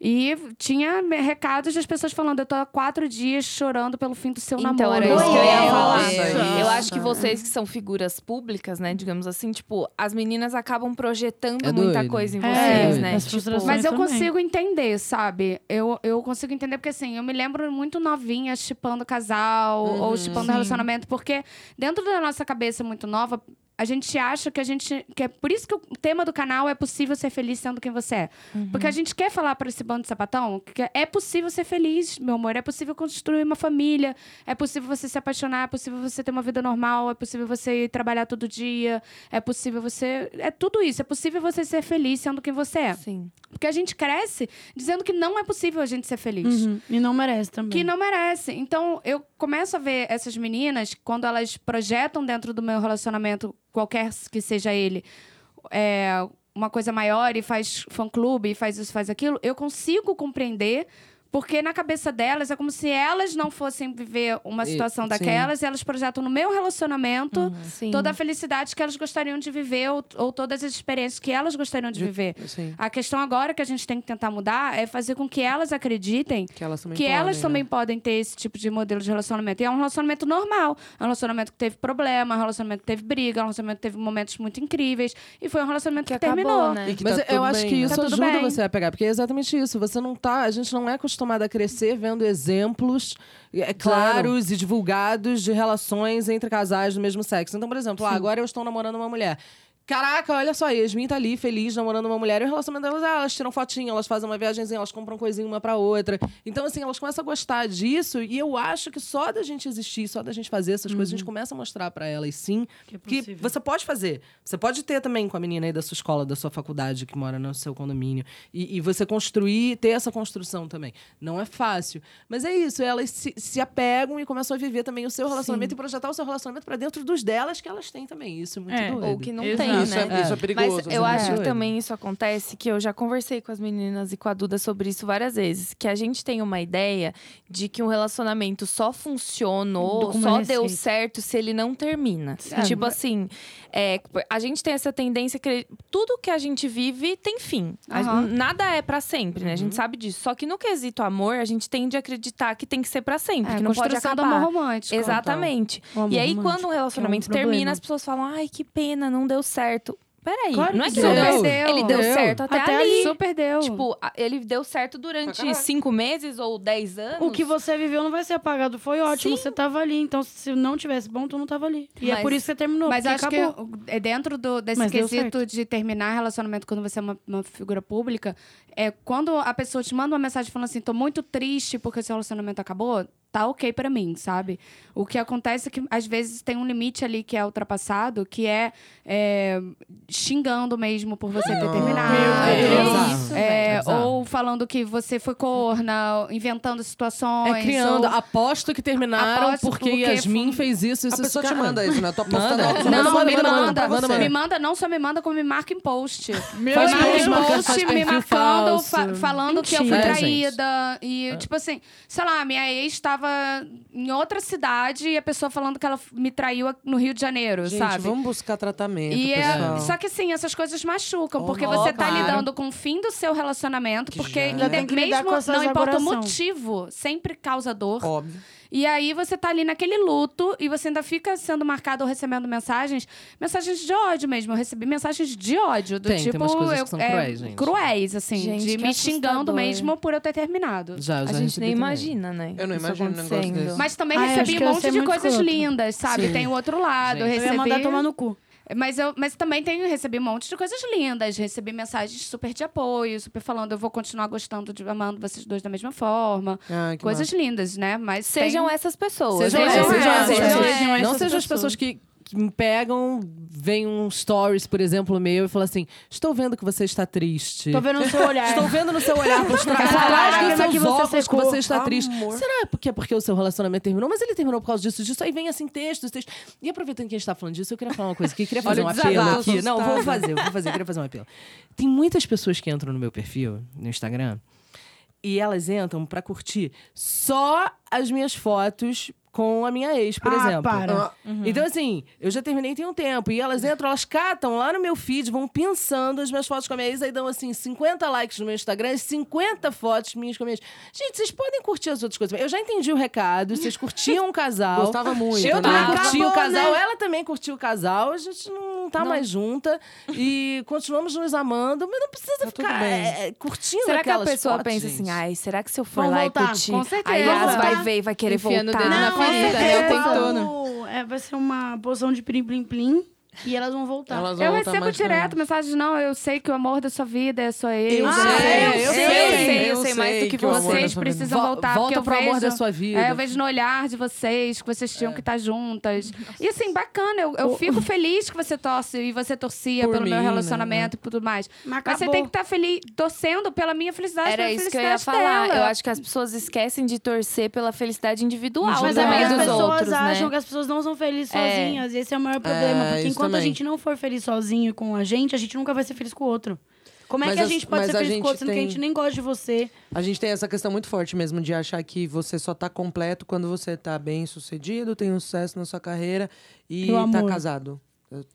E: E tinha me- recados das pessoas falando: eu tô há quatro dias chorando pelo fim do seu
A: Então,
E: namoro. É
A: era isso que eu ia
H: Nossa,
A: falar.
H: isso.
A: Eu acho que vocês que são figuras públicas, né, digamos assim, tipo, as meninas acabam projetando
G: É
A: muita
G: doido.
A: coisa em
F: É,
A: vocês,
G: doido.
A: né?
F: as frustrações
E: Mas eu
F: também.
E: consigo entender, sabe? Eu, eu consigo entender, porque assim, eu me lembro muito novinha chipando casal ou chipando relacionamento, porque dentro da nossa cabeça muito nova, a gente acha que a gente. Que é por isso que o tema do canal é possível ser feliz sendo quem você é. Porque a gente quer falar pra esse bando de sapatão que é possível ser feliz, meu amor. É possível construir uma família, é possível você se apaixonar, é possível você ter uma vida normal, é possível você ir trabalhar todo dia, é possível você. É tudo isso, é possível você ser feliz sendo quem você é.
A: Sim.
E: Porque a gente cresce dizendo que não é possível a gente ser feliz.
F: Uhum. E não merece também.
E: Que não merece. Então, eu começo a ver essas meninas, quando elas projetam dentro do meu relacionamento, qualquer que seja ele, é, uma coisa maior e faz fã-clube, e faz isso, faz aquilo, eu consigo compreender. Porque na cabeça delas é como se elas não fossem viver uma
G: E-
E: situação
G: sim.
E: daquelas e elas projetam no meu relacionamento
A: Sim.
E: toda a felicidade que elas gostariam de viver ou, ou todas as experiências que elas gostariam de viver.
H: Sim,
E: A questão agora que a gente tem que tentar mudar é fazer com que elas acreditem
H: que elas também
E: que
H: podem,
E: elas
H: né?
E: também podem ter esse tipo de modelo de relacionamento. E é um relacionamento normal. É um relacionamento que teve problema, é um relacionamento que teve briga, é um relacionamento que teve momentos muito incríveis. E foi um relacionamento que,
A: que
E: terminou.
A: acabou, né?
H: E que
G: Mas
H: tá
G: eu
H: tudo
G: acho
H: bem,
G: que
H: né?
G: isso
E: Tá tudo
G: ajuda
E: bem.
G: você a pegar, porque é exatamente isso. Você não tá, a gente não é acostumada a crescer vendo exemplos é, claros e divulgados de relações entre casais do mesmo sexo. Então, por exemplo, ah, agora eu estou namorando uma mulher. Caraca, olha só, a Yasmin tá ali feliz namorando uma mulher e o relacionamento delas, ah, elas tiram fotinho, elas fazem uma viagemzinha, elas compram coisinha uma pra outra. Então, assim, elas começam a gostar disso e eu acho que só da gente existir, só da gente fazer essas coisas, a gente começa a mostrar pra elas sim
F: Que é
G: que
F: possível.
G: você pode fazer. Você pode ter também com a menina aí da sua escola, da sua faculdade, que mora no seu condomínio. E, e você construir, ter essa construção também. Não é fácil. Mas é isso, elas se, se apegam e começam a viver também o seu relacionamento e projetar o seu relacionamento pra dentro dos delas que elas têm também. Isso é muito
C: É.
G: doido.
A: Ou que não
C: Exato.
A: tem,
C: não,
H: isso,
C: né?
H: é, isso é perigoso.
A: Mas eu
H: assim.
A: acho que também isso acontece, que eu já conversei com as meninas e com a Duda sobre isso várias vezes. Que a gente tem uma ideia de que um relacionamento só funcionou,
F: Com uma
A: só deu
F: receita.
A: certo se ele não termina.
F: Sim.
A: Tipo assim, é, a gente tem essa tendência que tudo que a gente vive tem fim. A-
E: Aham.
A: Nada é pra sempre, né? A
H: Uhum.
A: gente sabe disso. Só que no quesito amor, a gente tende a acreditar que tem que ser pra sempre,
E: É,
A: que não pode
E: construção do amor
A: acabar.
E: romântico.
A: Exatamente.
F: O amor
A: E aí,
F: romântico,
A: quando um relacionamento
F: problema.
A: termina, as pessoas falam: ai, que pena, não deu certo. Peraí,
F: Claro
A: não é
F: que
A: que não
H: deu.
A: deu,
E: Deu.
A: Ele deu,
H: Deu.
A: certo até,
E: Até
A: ali.
E: ali. Super deu.
A: Tipo, a- ele deu certo durante
H: caralho.
A: cinco meses ou dez anos.
F: O que você viveu não vai ser apagado. Foi ótimo,
A: Sim.
F: você tava ali. Então, se não tivesse bom, tu não tava ali. E é
A: Mas-
F: por isso que você terminou.
E: Mas
F: porque
E: acho
F: acabou.
E: que é dentro do, desse
F: Mas deu
E: quesito de terminar relacionamento quando você é uma, uma figura pública, é quando a pessoa te manda uma mensagem falando assim, tô muito triste porque seu relacionamento acabou, tá ok pra mim, sabe? O que acontece é que às vezes tem um limite ali que é ultrapassado, que é, é, xingando mesmo por você
G: Ah,
E: ter terminado.
H: Meu Deus.
G: Isso,
E: É,
G: velho, bizarro.
E: ou falando que você foi corna, inventando situações.
G: É criando.
E: ou-
G: Aposto que terminaram
E: Aposto
G: porque
E: porque
G: Yasmin
E: foi-
G: fez isso, isso,
H: A pessoa
G: isso.
H: te
G: Cara,
H: manda isso, né? Eu tô postando.
G: Manda.
H: algo,
E: Não,
G: Manda, manda,
E: me manda,
G: manda pra você.
E: me manda, não só me manda, como me marca em post.
C: Meu
G: Faz
E: Faz
C: Deus.
G: post,
E: post,
G: marca- faz
E: me
G: perfil
E: marcando,
G: falso.
E: fa- falando que eu fui
G: Mentira. É,
E: traída. e,
H: É.
E: tipo assim, sei lá, minha ex estava em outra cidade e a pessoa falando que ela me traiu no Rio de Janeiro,
H: Gente,
E: sabe?
H: vamos buscar tratamento,
E: E é-
H: pessoal.
E: só que assim, essas coisas machucam,
H: Oh,
E: porque
H: não,
E: você tá
H: claro.
E: lidando com o fim do seu relacionamento,
H: Que
E: porque
H: já- Já
E: inde-
F: tem que lidar
E: mesmo
F: com essa
E: não importa o
F: exagoração.
E: motivo, sempre causa dor.
H: Óbvio.
E: E aí você tá ali naquele luto e você ainda fica sendo marcado ou recebendo mensagens, mensagens de ódio mesmo. Eu recebi mensagens de ódio, do
G: Tem, tem
E: tipo.
G: umas coisas que
E: eu-
G: são
E: é,
G: cruéis, gente.
E: Cruéis, assim,
A: Gente,
E: de
A: que
E: me xingando
A: assustador.
E: mesmo por eu ter terminado.
G: Já,
A: A
G: já
A: gente
G: recebi
A: nem
G: também.
A: imagina, né?
H: Eu não
A: isso
H: imagino um negócio
A: acontecendo.
H: desse.
E: Mas também
F: Ai, acho
E: recebi
F: que
E: um
F: ia
E: monte
F: ser
E: de
F: muito
E: coisas
F: escroto.
E: lindas, sabe?
H: Sim.
E: Tem o outro lado,
G: Gente,
E: eu
F: Eu
E: recebi.
F: ia mandar tomar no cu.
E: Mas, eu, mas também tenho, recebi um monte de coisas lindas. Recebi mensagens super de apoio, super falando, eu vou continuar gostando, de, amando vocês dois da mesma forma.
H: Ai, que
E: coisas lindas, né? Mas
A: Sejam
E: tem...
A: essas pessoas.
G: Sejam
A: né?
G: essas,
E: essas,
G: sejam essas,
E: sejam
G: pessoas.
E: essas
G: Não sejam as pessoas que, que me pegam, veem um stories, por exemplo, meu, e falam assim: estou vendo que você está triste.
F: Tô vendo o seu olhar.
G: Estou vendo no seu olhar por trás, por trás
F: Caraca,
G: dos
F: como é que
G: seus
F: você
G: óculos que
F: secou?
G: você está
H: Amor.
G: triste. Será que é porque o seu relacionamento terminou? Mas ele terminou por causa disso, disso. Aí vem assim textos, textos. E aproveitando que a gente está falando disso, eu queria falar uma coisa aqui. Eu queria fazer
H: Olha
G: um
H: o
G: apelo
H: desabafo,
G: aqui. Não,
H: assustada.
G: vou fazer, eu vou fazer. Eu queria fazer um apelo. Tem muitas pessoas que entram no meu perfil, no Instagram, e elas entram pra curtir só as minhas fotos com a minha ex, por
F: Ah,
G: exemplo.
F: para.
G: Então, assim, eu já terminei tem um tempo. E elas entram, elas catam lá no meu feed, vão pensando as minhas fotos com a minha ex, aí dão assim, 50 likes no meu Instagram e 50 fotos minhas com a minha ex. Gente, vocês podem curtir as outras coisas. Eu já entendi o recado, vocês curtiam o casal.
H: Gostava muito,
G: Eu
H: né?
G: também
H: Acabou,
G: curti o casal, ela também curtiu o casal, a gente não tá mais junta e continuamos nos amando, mas não precisa
H: Tá tudo
G: ficar
H: bem.
G: é, é, curtindo
A: Será que a
G: aquelas
A: pessoa
G: fotos,
A: pensa
G: gente?
A: assim, ai, será que se eu for
F: Vão
A: lá e
F: voltar,
A: curtir,
E: com certeza.
A: aí elas
F: Vão
A: vai
F: voltar.
A: ver e vai querer
D: Enfiando o
A: voltar?
D: dedo na
F: Não,
D: ferida, né? O
F: eu
D: tempo
F: falo-
D: todo.
F: É, vai ser uma poção de plim plim plim e elas vão voltar.
H: Elas vão
E: Eu
H: voltar
E: recebo
H: mais
E: direto mensagens, não, eu sei que o amor da sua vida é só ele.
G: Eu
E: Ah,
G: sei, eu sei,
A: eu sei mais do que
H: o
A: eu
H: amor da
E: Vocês
H: sua
E: precisam
G: Vo-
E: voltar, porque
G: Volta
E: eu
G: pro
E: vejo...
G: amor da sua vida.
E: É, eu vejo no olhar de vocês que vocês tinham que estar juntas. E assim, bacana, eu, eu fico fez que você torce e você torcia
H: Por
E: pelo meu
H: mim, né?
E: relacionamento e tudo mais.
F: Mas
E: Mas você
F: acabou.
E: tem que estar feliz, torcendo pela minha felicidade,
A: Era
E: pela
A: isso que eu ia
E: é felicidade
A: falar.
E: dela.
A: Eu acho que as pessoas esquecem de torcer pela felicidade individual
F: Mas
A: também
F: é porque as
A: dos
F: pessoas
A: outros,
F: acham
A: né?
F: que as pessoas não são felizes
A: É.
F: sozinhas. E esse é o maior problema.
H: É,
F: porque
H: isso
F: enquanto a
H: também.
F: gente não for feliz sozinho com a gente, a gente nunca vai ser feliz com o outro. Como é
H: Mas
F: que a
H: as-
F: gente pode
H: mas
F: ser
H: a
F: feliz com o
H: gente
F: outro, sendo que a
H: tem-
F: gente nem gosta de você?
H: A gente tem essa questão muito forte mesmo de achar que você só tá completo quando você tá bem sucedido, tem um sucesso na sua carreira e
F: E o
H: tá
F: amor?
H: casado.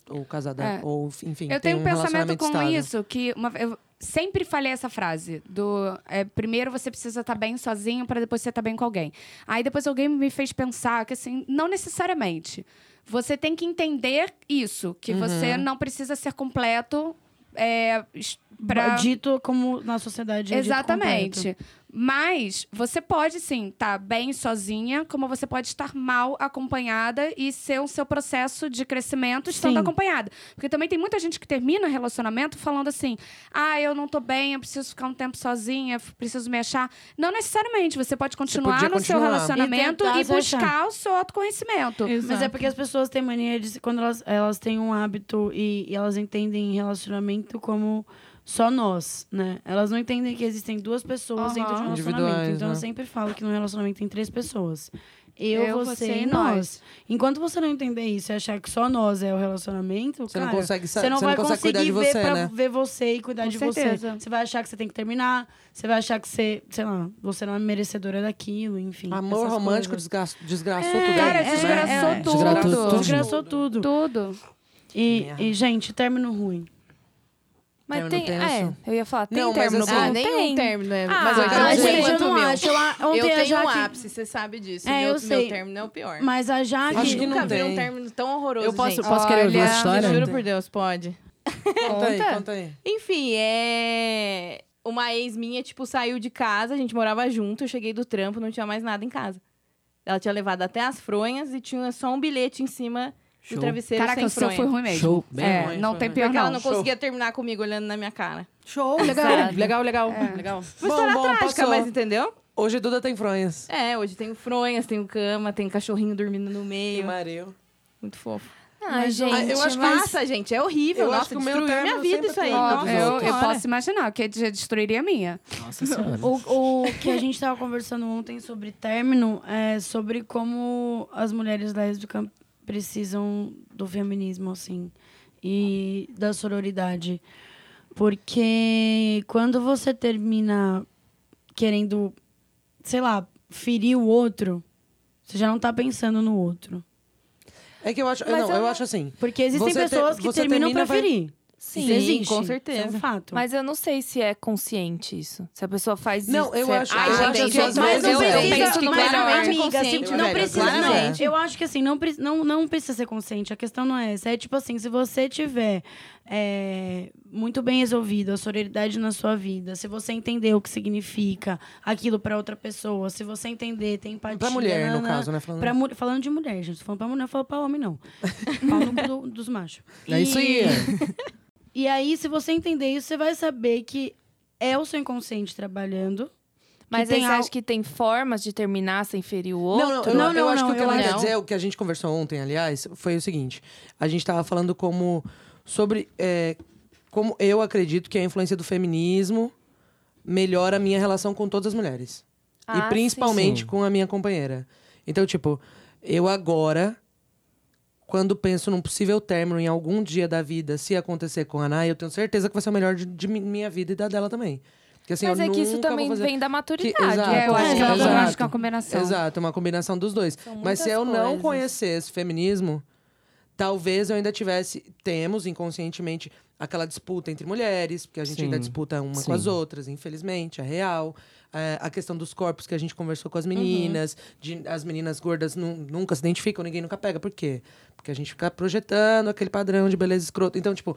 H: Ou casada,
E: É.
H: ou enfim.
E: Eu
H: tem
E: tenho um pensamento
H: relacionamento
E: com
H: estável.
E: isso, que uma- eu sempre falei essa frase do é, primeiro você precisa estar bem sozinho para depois você estar bem com alguém. Aí depois alguém me fez pensar que assim, não necessariamente. Você tem que entender isso, que você
H: Uhum.
E: não precisa ser completo é, es- pra-
F: Dito como na sociedade. é dito completo.
E: Exatamente. Mas você pode sim estar bem sozinha, como você pode estar mal acompanhada e ser o seu processo de crescimento estando
F: Sim.
E: acompanhada. Porque também tem muita gente que termina relacionamento falando assim: "Ah, eu não tô bem, eu preciso ficar um tempo sozinha, f- preciso me achar". Não necessariamente, você pode continuar
H: podia
E: no seu
H: continuar.
E: relacionamento
F: E
E: e,
F: tentar se
E: buscar
F: achar.
E: o seu autoconhecimento.
F: Mas é porque as pessoas têm mania de. se- Quando elas, elas têm um hábito e, e elas entendem relacionamento como só nós, né? Elas não entendem que existem duas pessoas dentro de um
E: Aham.
F: relacionamento.
H: Individuais,
F: Então
H: né?
F: eu sempre falo que num relacionamento tem três pessoas. Eu,
E: Eu,
F: você,
E: você
F: e
E: e
F: nós.
E: nós.
F: Enquanto você não entender isso e achar que só nós é o relacionamento,
H: Você
F: cara,
H: não consegue, sa-
F: você não vai
H: consegue
F: conseguir
H: cuidar de
F: ver,
H: você,
F: pra-
H: né?
F: ver você e cuidar
E: Com
F: de
E: certeza.
F: você. Você vai achar que você tem que terminar, você vai achar que você, sei lá, você não é merecedora daquilo, enfim.
H: Amor
F: essas
H: romântico
F: coisas.
H: desgra- desgraçou tudo.
E: Cara,
H: né?
E: desgraçou
F: é.
E: tudo.
G: Desgraçou tudo.
F: Desgraçou tudo.
E: Tudo.
F: E,
H: merda.
F: e, gente, término ruim.
A: Mas
H: Término
A: tem.
H: tenso?
A: É, eu ia falar, tem
H: Não, mas
A: término
H: assim-
A: Tá bom?
H: Ah,
A: tem.
B: nenhum término, é.
A: Ah,
B: mas eu quero
F: Ah,
B: dizer
F: gente, eu
B: quanto
F: não
B: meu.
F: acho. Eu, a- ontem
B: Eu
F: a
B: tenho um
F: Jaque-
B: ápice, você sabe disso.
F: É,
B: meu,
F: eu
B: meu
F: sei.
B: término é o pior.
F: Mas a Jaque.
H: Acho que
B: Nunca
H: não
B: vi um
H: tem.
B: término tão horroroso,
G: Eu posso,
B: gente.
G: posso querer ouvir essa
E: Olha,
G: história?
B: Juro por Deus, pode.
H: Conta aí,
B: Conta.
H: conta aí.
B: Enfim, é... Uma ex minha, tipo, saiu de casa, a gente morava junto, eu cheguei do trampo, não tinha mais nada em casa. Ela tinha levado até as fronhas e tinha só um bilhete em cima
G: Show.
B: do travesseiro
E: Caraca,
B: sem
E: o seu
B: fronha.
E: foi ruim mesmo.
G: Show, bem
E: é,
H: ruim,
E: não
H: foi
E: tem
H: ruim.
E: pior
B: Porque ela não
E: não.
B: conseguia terminar comigo olhando na minha cara.
H: Show,
E: Exato.
H: legal, legal, legal. legal.
B: Uma história trágica,
H: passou.
B: mas entendeu?
H: Hoje Duda tem fronhas.
B: É, hoje tem fronhas, tem cama, tem cachorrinho dormindo no meio.
H: Mareu.
B: Muito fofo.
A: Ai, gente.
H: eu
B: Eu
H: acho
B: acho
H: que
B: Nossa, gente, é horrível.
H: Eu
B: Nossa,
H: acho que o meu
B: destruiu minha
H: término
B: vida
H: sempre
B: isso aí.
H: tem.
E: Ó,
B: Nossa,
E: eu, eu
B: Senhora.
E: posso imaginar, que já destruiria a minha.
G: Nossa senhora.
F: O, o que a gente tava conversando ontem sobre término é sobre como as mulheres lésbicas precisam do feminismo, assim, e da sororidade. Porque quando você termina querendo, sei lá, ferir o outro, você já não tá pensando no outro.
H: É que eu acho.
A: Mas
H: não,
A: eu
H: eu,
A: não-
H: acho assim.
F: Porque existem
H: Você te-
F: pessoas que
H: você
F: terminam
H: termina,
F: pra
H: vai-
F: ferir.
B: Sim,
F: Isso existe.
B: com
F: Isso
B: certeza.
F: é um fato.
A: Mas eu não sei se é consciente isso. Se a pessoa faz isso.
H: Não, eu
A: será-
H: acho-
A: Ai,
H: eu
A: gente,
H: acho
A: eu
H: que às
A: sou-
H: vezes
A: eu
H: é.
A: penso que
B: Mas
F: mas,
B: claramente
A: claramente-
B: é
F: amiga, assim,
B: consciente,
F: não
H: velho,
F: precisa. Não,
H: claramente.
F: eu acho que assim, não, pre- não, não precisa ser consciente. A questão não é essa. É tipo assim, se você tiver é, muito bem resolvido a sororidade na sua vida, se você entender o que significa aquilo pra outra pessoa, se você entender, tem empatia.
H: Pra mulher, no
F: nanana,
H: caso, né? Falando.
F: Pra mu- falando de mulher, gente. Tô falando pra mulher, não falo pra homem, não. Pau no cu do- dos machos.
G: É isso aí.
F: E aí, se você entender isso, você vai saber que é o seu inconsciente trabalhando.
A: Mas
F: que
A: aí
F: tem
A: você
F: al-
A: acha que tem formas de terminar sem ferir o outro?
H: Não, não, eu,
F: Não,
H: eu
F: não,
H: acho
F: não,
H: que o que
F: eu
H: ela quer
F: acho-
H: dizer, o que a gente conversou ontem, aliás, foi o seguinte: a gente tava falando como. sobre. é, como eu acredito que a influência do feminismo melhora a minha relação com todas as mulheres.
A: Ah,
H: e principalmente
G: sim.
H: com a minha companheira. Então, tipo, eu agora, quando penso num possível término em algum dia da vida, se acontecer com a Ana, eu tenho certeza que vai ser o melhor de, de mi- minha vida e da dela também. Porque, assim,
A: Mas
H: eu
A: é que isso
H: nunca vou
A: também
H: fazer-
A: vem da maturidade. né?
H: exato,
E: É, eu acho que é
F: Exato.
E: eu acho que é uma combinação.
H: Exato, é uma combinação dos dois. Mas
A: muitas
H: se eu não
A: coisas.
H: conhecesse feminismo, talvez eu ainda tivesse. Temos inconscientemente aquela disputa entre mulheres, porque a gente
G: Sim.
H: ainda disputa uma
G: Sim.
H: com as outras, infelizmente, é real. É, a questão dos corpos que a gente conversou com
A: Uhum.
H: as meninas, de- as meninas gordas nu- nunca se identificam, ninguém nunca pega. Por quê? Porque a gente fica projetando aquele padrão de beleza escrota. Então, tipo,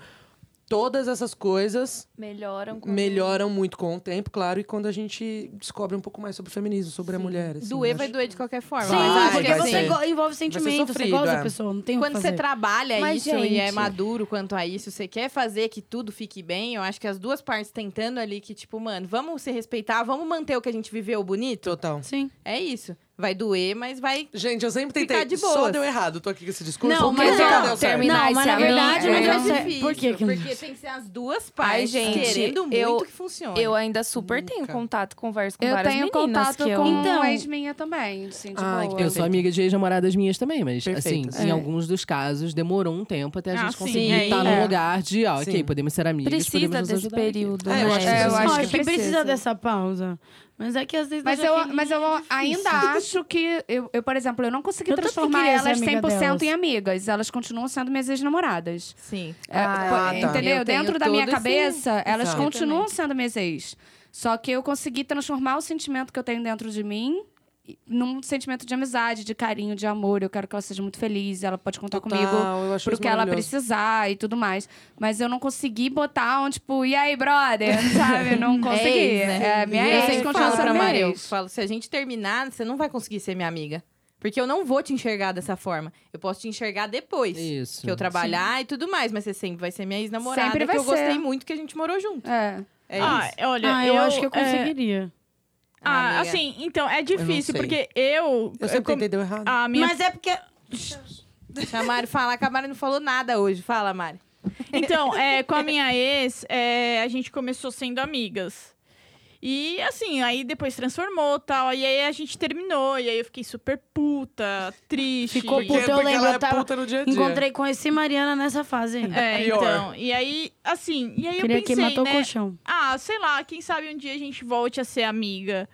H: todas essas coisas
A: Melhoram com
H: melhoram muito com o tempo, claro, e quando a gente descobre um pouco mais sobre o feminismo, sobre a mulher. assim,
B: Doer
H: eu
B: vai
H: acho-
B: doer de qualquer forma.
H: Sim,
B: mas acho que
F: porque
H: vai
B: assim,
F: você
H: ser.
F: go- envolve sentimento, você
H: sofrido,
F: gosta
H: é.
F: da pessoa, não tem o que
B: Quando você
F: fazer.
B: trabalha
A: Mas,
B: isso e é
A: gente-
B: maduro quanto a isso, você quer fazer que tudo fique bem, eu acho que as duas partes tentando ali que, tipo, mano, vamos se respeitar, vamos manter o que a gente viveu bonito.
H: Total.
F: Sim.
B: É isso. Vai doer, mas vai.
H: Gente, eu sempre
B: Ficar
H: tentei.
B: de
H: Só
B: boas.
H: deu errado. Tô aqui com esse discurso.
F: Não,
H: porque
F: mas
H: nunca
E: é
F: não,
H: deu certo.
A: termina- Terminar
F: não, mas
A: esse
F: na
A: amor é-
F: verdade não
B: Mas
F: deu
B: é
A: Não,
F: certo.
B: difícil.
F: Por que que não
B: Porque tem que ser as duas partes
A: Ai, gente,
B: querendo muito
A: eu-
B: que funcione.
A: Eu ainda super tenho
H: Nunca.
A: contato, converso com
E: Eu
A: várias
E: tenho
A: meninas
E: contato
A: que eu...
E: com
F: Então-
E: então, ex minha também. Assim, de
F: tipo,
H: Ai,
E: boa.
H: que
G: Ah, Eu sou
H: Perfeito.
G: amiga de ex-namoradas minhas também, mas
H: Perfeito.
G: assim, em
E: É.
G: alguns dos casos, demorou um tempo até a
C: Ah,
G: gente
C: sim,
G: conseguir
B: é,
G: estar
B: é.
G: num lugar de, ó,
H: Sim.
G: ok, podemos ser amigas, podemos
A: Precisa
G: nos
A: desse
G: ajudar aqui.
A: período,
H: É, eu
A: né?
H: acho
E: que
F: Eu
E: Eu
F: acho,
E: acho
F: que,
E: que
F: precisa.
E: precisa.
F: dessa pausa. Mas é que às vezes
E: Mas
F: eu já
E: eu,
F: queria-
E: mas eu ainda acho que. Eu, eu, por exemplo, eu não consegui
F: Eu também
E: transformar
F: queria ser
E: elas
F: é amiga
E: 100% em
F: delas.
E: amigas. Elas continuam sendo minhas ex-namoradas.
B: Sim.
E: É,
H: Ah,
E: pô,
H: tá.
E: Entendeu?
B: Eu tenho
E: Dentro da minha
B: todo esse-
E: cabeça, elas
H: Exato.
E: continuam sendo minhas ex. Só que eu consegui transformar o sentimento que eu tenho dentro de mim num sentimento de amizade, de carinho, de amor. Eu quero que ela seja muito feliz, ela pode contar comigo
H: Total, eu acho
E: pro
H: isso
E: que ela
H: maravilhoso.
E: precisar e tudo mais. Mas eu não consegui botar um, tipo, e aí, brother? Sabe? Não consegui.
B: ex, né?
E: É, minha
B: eu
E: ex
B: sempre
E: continua
B: falo
E: sendo
B: pra
E: minha
B: Maria, eu
E: ex.
B: falo, se a gente terminar, você não vai conseguir ser minha amiga. Porque eu não vou te enxergar dessa forma. Eu posso te enxergar depois.
G: Isso.
B: Que eu trabalhar e tudo mais, mas você sempre vai ser minha ex-namorada.
E: Sempre vai
B: que eu
E: ser.
B: gostei muito que a gente morou junto.
E: É.
B: É
C: ah,
B: isso.
C: olha,
F: Ah, eu, acho que eu
C: é,
F: conseguiria.
B: amiga.
C: Ah, assim, então, é difícil,
H: sei.
C: porque eu...
H: Eu sempre
C: com- Ah,
H: tentei, deu errado.
C: a minha
F: Mas é porque.
B: Se a Mari falar que a Mari não falou nada hoje. Fala, Mari.
C: Então, é, com a minha ex, é, a gente começou sendo amigas. E assim, aí depois transformou tal. E aí a gente terminou. E aí eu fiquei super puta, triste.
F: Ficou
C: E-
F: puta, eu
H: porque
F: lembro,
H: ela
F: eu
H: é
F: tava-
H: puta no dia a dia.
F: Encontrei, conheci Mariana nessa fase. aí.
C: É,
H: Pior.
C: então. E aí, assim, e aí
F: Queria
C: eu pensei,
F: que matou
C: né?
F: o colchão.
C: Ah, sei lá, quem sabe um dia a gente volte a ser amiga.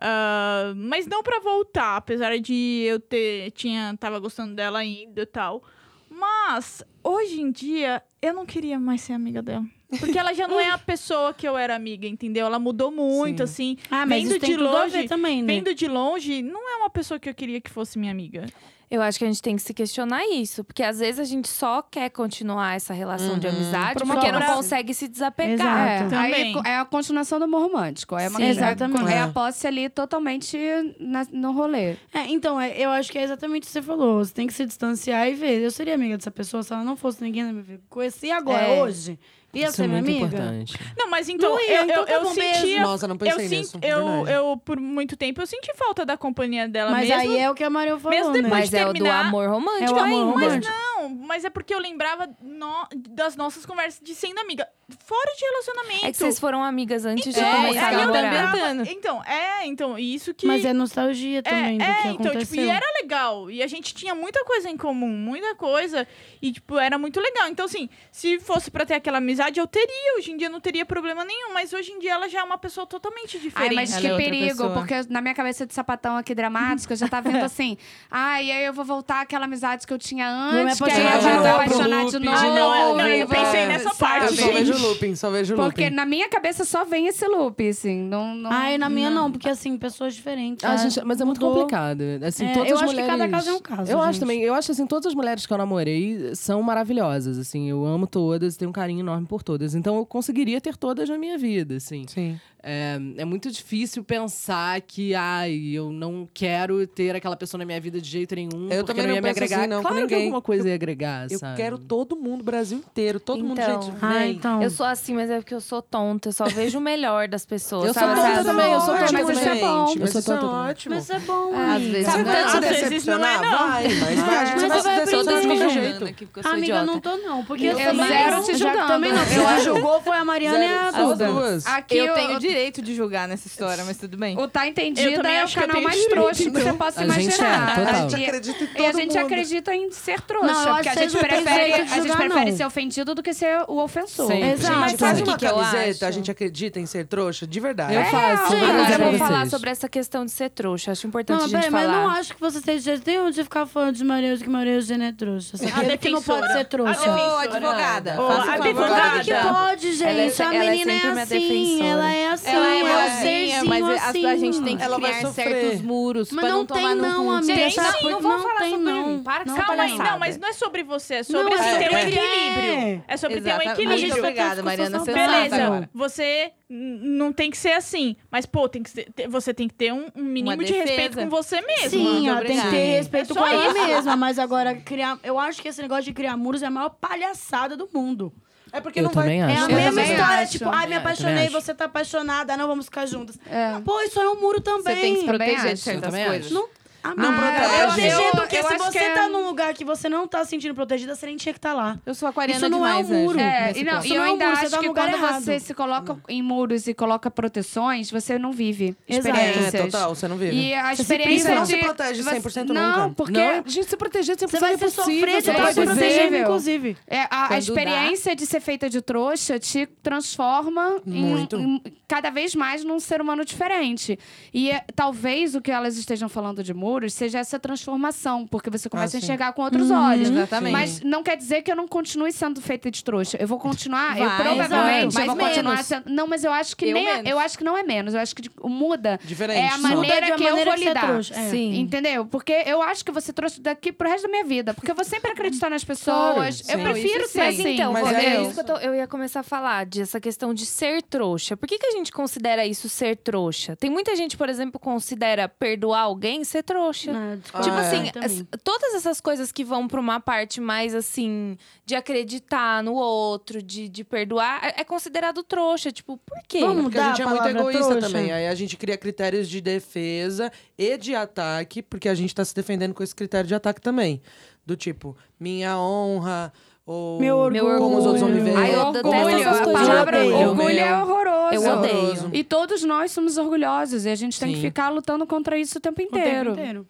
C: Ah, mas não pra voltar, apesar de eu ter tinha tava gostando dela ainda e tal. Mas hoje em dia eu não queria mais ser amiga dela. Porque ela já não é a pessoa que eu era amiga, entendeu? Ela mudou muito, assim.
F: Ah, mas
C: Vendo
F: isso tem
C: de
F: tudo a
C: longe,
F: ver também, né?
C: Vendo de longe, não é uma pessoa que eu queria que fosse minha amiga.
A: Eu acho que a gente tem que se questionar isso, porque às vezes a gente só quer continuar essa relação
H: Uhum.
A: de amizade
F: Por uma
A: porque não
F: cobrança.
A: consegue se desapegar.
F: Exato.
E: É, aí
C: Também.
E: co- é a continuação do amor romântico. É, uma,
F: Sim,
E: é-
F: exatamente.
E: é a posse ali totalmente na- no rolê.
F: É, então, é, eu acho que é exatamente o que você falou. Você tem que se distanciar e ver. Eu seria amiga dessa pessoa se ela não fosse ninguém na minha vida. Conheci agora,
E: É.
F: hoje. Ia
G: Isso
F: ser
G: é
F: minha
G: muito
F: amiga.
G: importante.
C: Não, mas então,
F: Não ia,
C: eu,
F: então
C: eu,
F: tá
C: eu
F: bom, beijo.
C: sentia.
H: Nossa, não
C: Eu,
H: pensei
C: sinto-
H: nisso.
C: eu,
H: verdade.
C: eu, por muito tempo, eu senti falta da companhia dela
F: Mas
C: mesmo.
F: aí é o que a Mariel falou,
C: mesmo
F: né?
C: depois
A: Mas
C: de
A: é o do
C: terminar-
A: amor
F: É
A: romântico
F: o amor
A: ainda.
F: romântico.
C: Então, Não, mas é porque eu lembrava no- das nossas conversas de sendo amiga. Fora de relacionamento.
A: É que vocês foram amigas antes
C: Então,
A: de
C: é,
A: começar
C: eu
A: a namorar.
C: lembrava-
D: Tentando.
C: Então, é, então, e isso que.
F: Mas é nostalgia também do que
C: então,
F: aconteceu.
C: tipo, e era legal. E a gente tinha muita coisa em comum, muita coisa. E, tipo, era muito legal. Então, assim, se fosse pra ter aquela amizade, eu teria. Hoje em dia não teria problema nenhum. Mas hoje em dia ela já é uma pessoa totalmente
E: Ai,
C: diferente.
E: mas
D: Ela
E: que
D: é outra
E: perigo,
D: pessoa.
E: porque na minha cabeça de sapatão aqui dramático, eu já tá vendo assim. Ai, aí eu vou voltar àquela amizade que eu tinha
F: me
E: antes, que aí
F: apaixonar de
E: eu vou me
F: novo.
E: apaixonar
H: Loop,
E: de
H: de
E: novo.
C: novo,
E: e
C: não, eu
E: vou-
C: pensei nessa
H: Eu
C: parte.
H: só vejo looping, só vejo looping.
E: Porque na minha cabeça só vem esse loop, assim. Não, não...
F: Ai, na minha Então, não, porque assim, pessoas diferentes.
G: Ah,
F: né?
G: gente, mas é muito
F: Mudou.
G: complicado. Assim,
F: É,
G: todas
F: eu
G: as
F: acho que
G: mulheres...
F: cada caso é um caso,
G: Eu acho
F: gente.
G: também. Eu acho assim, todas as mulheres que eu namorei são maravilhosas. Assim, eu amo todas, tenho um carinho enorme por todas. Então eu conseguiria ter todas na minha vida, assim.
H: Sim.
G: É, é muito difícil pensar que, ai, eu não quero ter aquela pessoa na minha vida de jeito nenhum.
H: Eu
G: porque
H: também
G: não ia
H: não
G: me
H: penso
G: agregar.
H: assim, não, com
G: claro que
H: ninguém.
G: alguma coisa ia agregar,
H: Eu
G: sabe?
H: quero todo mundo, Brasil inteiro. Todo mundo,
A: Então.
H: gente.
F: Ah,
H: vem.
F: então.
A: Eu sou assim, mas é porque eu sou tonta. Eu só vejo o melhor das pessoas.
G: Eu sou
A: sabe?
G: tonta também, eu sou
H: Ótimo,
G: tonta.
E: mas isso é bom.
H: gente, Mas
G: Eu sou
H: isso é
G: tonta também.
H: ótimo.
F: Mas é bom,
E: Às
F: amiga.
E: vezes,
H: Sabe
E: né?
H: quando você
C: Às
H: se
C: vezes não é,
H: decepcionar?
C: não.
H: Vai, tipo, mas vai. a gente
F: mas
H: vai
F: eu
H: se decepcionar
F: vou
H: de
F: aprender.
H: qualquer
F: Todas
H: jeito.
F: Amiga, eu não tô não, porque
E: Eu
F: também
E: zero
F: não.
E: te
F: Já que
E: julgando.
F: também não. Quem me julgou foi a Mariana e a
H: As
F: Duda.
H: duas.
E: Aqui
D: Eu tenho direito de julgar nessa história, mas tudo bem.
E: O Tá
C: Eu
E: Entendida
C: também
E: é o
C: acho que eu
E: canal
C: tenho
E: mais
C: direito,
E: trouxa que você
H: então.
E: possa
G: A gente é,
E: imaginar.
G: total.
E: E-
G: A gente
H: acredita em
E: E a
H: todo
E: gente
H: mundo.
E: acredita em ser trouxa.
F: Não, eu acho
E: porque a
F: que vocês
E: gente
F: não têm
E: prefere,
F: direito de
E: a gente
F: julgar,
E: prefere
F: não.
E: ser ofendido do que ser o ofensor.
G: Sempre.
F: Exato.
A: Mas
H: Gente,
A: sabe
H: Tipo, sabe
A: o
H: uma
A: que que eu
H: camiseta?
A: acho?
H: A gente acredita em ser trouxa? De verdade.
G: É, Eu faço.
F: gente,
G: vou
A: Mas
G: fazer
A: É, eu
G: pra
A: vou
G: vocês.
A: falar sobre essa questão de ser trouxa. Acho importante
F: Não,
A: a gente
F: peraí, mas eu
A: falar.
F: não acho que você tem jeito nenhum de ficar falando de Maria Eugênia que Maria Eugênia é trouxa. Só
C: A
F: que que não
C: defensora.
F: pode ser
C: A
F: trouxa.
C: defensora.
D: Ô, advogada,
C: Ô,
D: faça um favor.
C: advogada.
F: Claro que pode, gente.
A: Ela é se-
F: a
A: ela é
F: menina é,
A: sempre minha
F: assim,
A: defensora.
F: ela é assim,
D: Ela é
F: é um
D: boazinha,
F: serzinho
D: mas a-
F: assim.
D: a, gente tem que
H: Ela vai
D: criar
H: sofrer.
D: certos muros
F: Mas
D: pra não,
F: não tem
D: tomar
F: não,
D: no cu.
F: amiga.
E: Gente,
F: Essa
E: sim,
F: coisa-
E: não vamos falar
F: tem,
E: sobre
F: não.
E: mim. Para de
F: Não,
E: ser
C: Calma aí,
E: palhaçada.
C: não, mas não é sobre você, é sobre
F: Não, é
C: ter
F: sobre-
C: um equilíbrio. É, sobre ter um
D: Exatamente.
C: equilíbrio.
D: Muito obrigada, Mariana. Você
C: Beleza,
D: sabe agora.
C: você n- não tem que ser assim. Mas, pô, tem que ser- te- você tem que ter um, um mínimo de
D: defesa.
C: respeito com você mesmo.
F: Sim,
D: Muito
F: ela tem que
D: obrigada.
F: ter
C: É
F: respeito
C: só
F: com ela
C: isso.
F: mesma, mas agora criar. Eu acho que esse negócio de criar muros é a maior palhaçada do mundo.
H: É porque
G: Eu
H: não vai...
G: também
F: É a
G: acho.
E: Eu
F: mesma
E: também
F: história,
E: acho.
F: tipo, ai, me
G: Eu também
F: apaixonei,
G: acho.
F: você tá apaixonada, ah, não vamos ficar juntas. Pô, isso é um muro também.
D: Você tem que se
E: Também
D: proteger de
E: acho,
D: certas
G: também
D: coisas.
G: acho.
F: Não, ah,
H: Não protege.
F: é proteger,
E: Eu-
F: porque
E: eu
F: se
E: acho que
F: você
E: é-
F: tá num lugar que você não tá se sentindo protegida, você nem tinha que estar lá.
D: Eu sou aquariana
F: Isso não
D: demais,
F: é um
D: né,
F: muro.
D: gente?
E: É,
F: nesse
E: e, não,
F: ponto.
E: e eu
F: Não,
E: ainda
F: você
E: acho
F: dá
E: que
F: num
E: quando
F: lugar errado. É.
E: você se coloca em muros e coloca proteções, você não vive
F: Exato.
H: É,
E: experiências.
H: total, você não vive.
E: E a
F: Você se
E: experiência
F: priva.
E: de...
F: Não
H: se protege 100%
E: Não,
H: nunca.
E: porque
G: Não, a gente se proteger sempre
F: Você
E: é
F: vai se sofrer, você vai se
E: possível.
F: proteger, inclusive.
E: é, a- a,
D: Quando
E: experiência de ser feita de trouxa te transforma em-
H: Muito.
E: em- cada vez mais num ser humano diferente. E é, talvez o que elas estejam falando de muros seja essa transformação, porque você
F: Ah,
E: começa a
H: sim.
E: enxergar com outros
F: Uhum.
E: olhos.
D: Exatamente.
E: Mas não quer dizer que eu não continue sendo feita de trouxa. Eu vou continuar, eu
D: Vai,
E: provavelmente
D: exato.
E: eu vou
D: Mas
E: continuar
D: menos.
E: sendo. Não, mas eu acho que
D: Eu
E: nem
D: menos.
E: eu acho que não é menos, eu acho que muda.
H: Diferente,
E: É a
H: só.
E: maneira
F: Muda de
E: que
F: uma maneira
E: eu
F: que
E: vou
F: você é
E: lidar.
F: trouxa, é.
D: Sim.
E: Entendeu? Porque eu acho que você trouxe daqui pro resto da minha vida. Porque eu vou sempre acreditar nas pessoas.
H: Claro,
E: eu
H: sim.
E: prefiro
D: Não, isso
E: ser
D: sim.
A: Mas
E: assim.
A: então,
H: Mas
A: é,
H: é
A: isso que eu, tô- eu ia começar a falar, dessa questão de ser trouxa. Por que, que a gente considera isso ser trouxa? Tem muita gente, por exemplo, considera perdoar alguém ser trouxa. Tipo
H: Ah, é.
A: assim,
F: Também.
A: as- todas essas coisas que vão pra uma parte mais assim, de acreditar no outro, de, de perdoar, é é considerado trouxa. Tipo, por quê?
F: Vamos
H: Porque
F: mudar
H: a gente é
F: a
H: muito
F: palavra
H: egoísta
F: trouxa.
H: também. Aí a gente cria critérios de defesa e de ataque, porque a gente tá se defendendo com esse critério de ataque também. Do tipo, minha honra, Ou
F: Meu orgulho.
H: Como os outros vão me ver.
E: Ai, eu
H: Orgulho,
E: detesto
H: essas
E: essa
H: coisas.
E: palavra.
H: Eu odeio.
E: Orgulho é horroroso.
H: Eu odeio.
E: E todos nós somos orgulhosos. E a gente tem que
H: Sim.
E: ficar lutando contra isso o tempo
F: O tempo
E: inteiro.
F: inteiro.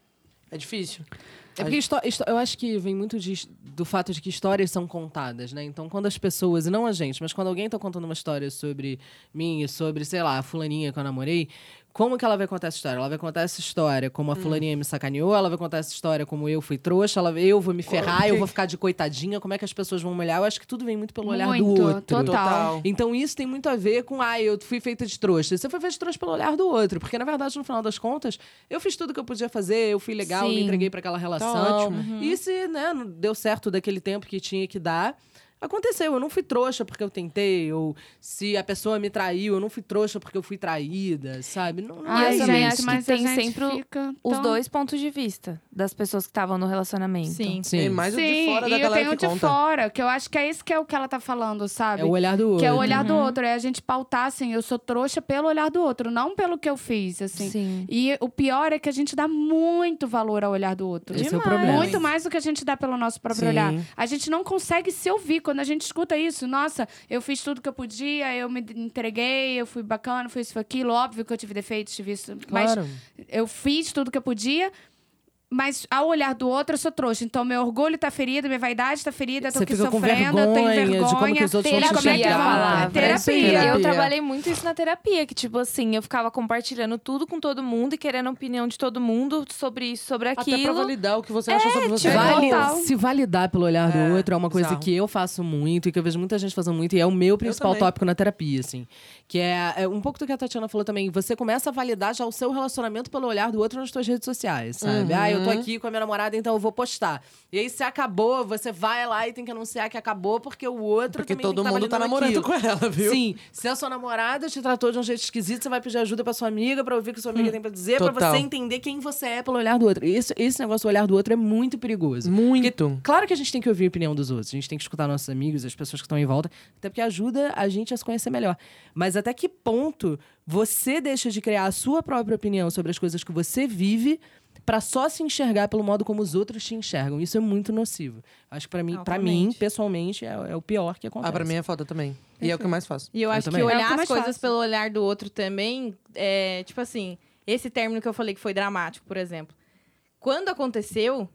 H: É difícil.
G: É porque histó- histó- eu acho que vem muito de his- do fato de que histórias são contadas, né? Então, quando as pessoas, e não a gente, mas quando alguém tá contando uma história sobre mim e sobre, sei lá, a fulaninha que eu namorei, como que ela vai contar essa história? Ela vai contar essa história como
E: Hum.
G: a fulaninha me sacaneou, ela vai contar essa história como eu fui trouxa, ela, eu vou me ferrar, eu vou ficar de coitadinha, como é que as pessoas vão me olhar? Eu acho que tudo vem muito pelo Um olhar do
E: Muito,
G: outro.
E: total.
G: Então isso tem muito a ver com, ah, eu fui feita de trouxa. Você foi feita de trouxa pelo olhar do outro. Porque, na verdade, no final das contas, eu fiz tudo que eu podia fazer, eu fui legal, me
E: Sim. Tá Uhum.
G: entreguei pra aquela relação. E se né, não deu certo daquele tempo que tinha que dar. Aconteceu, eu não fui trouxa porque eu tentei, ou se a pessoa me traiu, eu não fui trouxa porque eu fui traída, sabe? Não, não é
E: Ai, Ah, também
G: isso.
E: acho que
A: mas a
E: tem
A: gente
E: sempre
A: fica Os
E: tão-
A: dois pontos de vista das pessoas que estavam no relacionamento.
B: Sim.
H: Tem
G: Sim,
H: mais o de
E: Sim,
H: fora da
E: e eu
H: galera
E: tenho
H: que
E: de
H: conta.
E: fora, que eu acho que é isso que é o que ela tá falando, sabe?
G: é o olhar do outro.
E: Que é o olhar do outro, é a gente pautar assim, eu sou trouxa pelo olhar do outro, não pelo que eu fiz, assim.
A: Sim.
E: E o pior é que a gente dá muito valor ao olhar do outro.
G: Esse é o
B: Demais.
G: problema.
E: Muito mais do que a gente dá pelo nosso próprio
H: Sim.
E: olhar. A gente não consegue se ouvir quando a gente escuta isso. Nossa, eu fiz tudo que eu podia, eu me entreguei, eu fui bacana, fui isso, foi aquilo. Óbvio que eu tive defeitos, tive isso.
G: Claro.
E: Mas eu fiz tudo que eu podia. Mas ao olhar do outro, eu sou trouxa. Então, meu orgulho tá ferido, minha vaidade tá ferida, eu tô
G: Você
E: aqui
G: fica com
E: sofrendo, eu tenho
G: vergonha de
E: vergonha.
G: como que os outros vão te
E: Como é que
G: julgar.
E: fala?
A: Terapia.
E: Terapia.
A: Isso aí, Eu
H: Terapia.
A: trabalhei muito isso na terapia, que tipo assim, eu ficava compartilhando tudo com todo mundo e querendo a opinião de todo mundo sobre isso, sobre
H: Até pra
A: aquilo.
H: validar o que você acha sobre você.
E: tipo,
G: Vale- um
E: total.
G: se validar pelo olhar do
H: É,
G: outro é uma coisa
H: bizarro.
G: que eu faço muito e que eu vejo muita gente fazendo muito e é o meu principal
H: também.
G: tópico na terapia, assim. Que é, é um pouco do que a Tatiana falou também. Você começa a validar já o seu relacionamento pelo olhar do outro nas suas redes sociais, sabe? Ah, eu tô
H: Uhum.
G: aqui com a minha namorada, então eu vou postar. E aí, se acabou, você vai lá e tem que anunciar que acabou porque o outro
H: Porque
G: também tem
H: todo
G: que
H: mundo tá
G: validando
H: namorando
G: aquilo.
H: com ela, viu?
G: Sim, se a sua namorada te tratou de um jeito esquisito, você vai pedir ajuda pra sua amiga pra ouvir o que sua amiga tem pra dizer, pra
H: Hum, Total.
G: você entender quem você é pelo olhar do outro. Isso, esse negócio do olhar do outro é muito perigoso.
H: Muito.
G: Claro que a gente tem que ouvir a opinião dos outros, a gente tem que escutar nossos amigos, as pessoas que estão em volta, até porque ajuda a gente a se conhecer melhor. Mas até que ponto você deixa de criar a sua própria opinião sobre as coisas que você vive pra só se enxergar pelo modo como os outros te enxergam? Isso é muito nocivo. Acho que pra mim, para mim,
B: Altamente.
G: pessoalmente, é, é o pior que acontece.
H: Ah, pra mim é foda também. E é o que eu mais faço.
B: E eu acho
G: também.
B: que
D: É o que
B: olhar
D: é
B: as
D: mais
B: coisas
D: fácil.
B: pelo olhar do outro também é, tipo assim, esse término que eu falei que foi dramático, por exemplo. Quando aconteceu,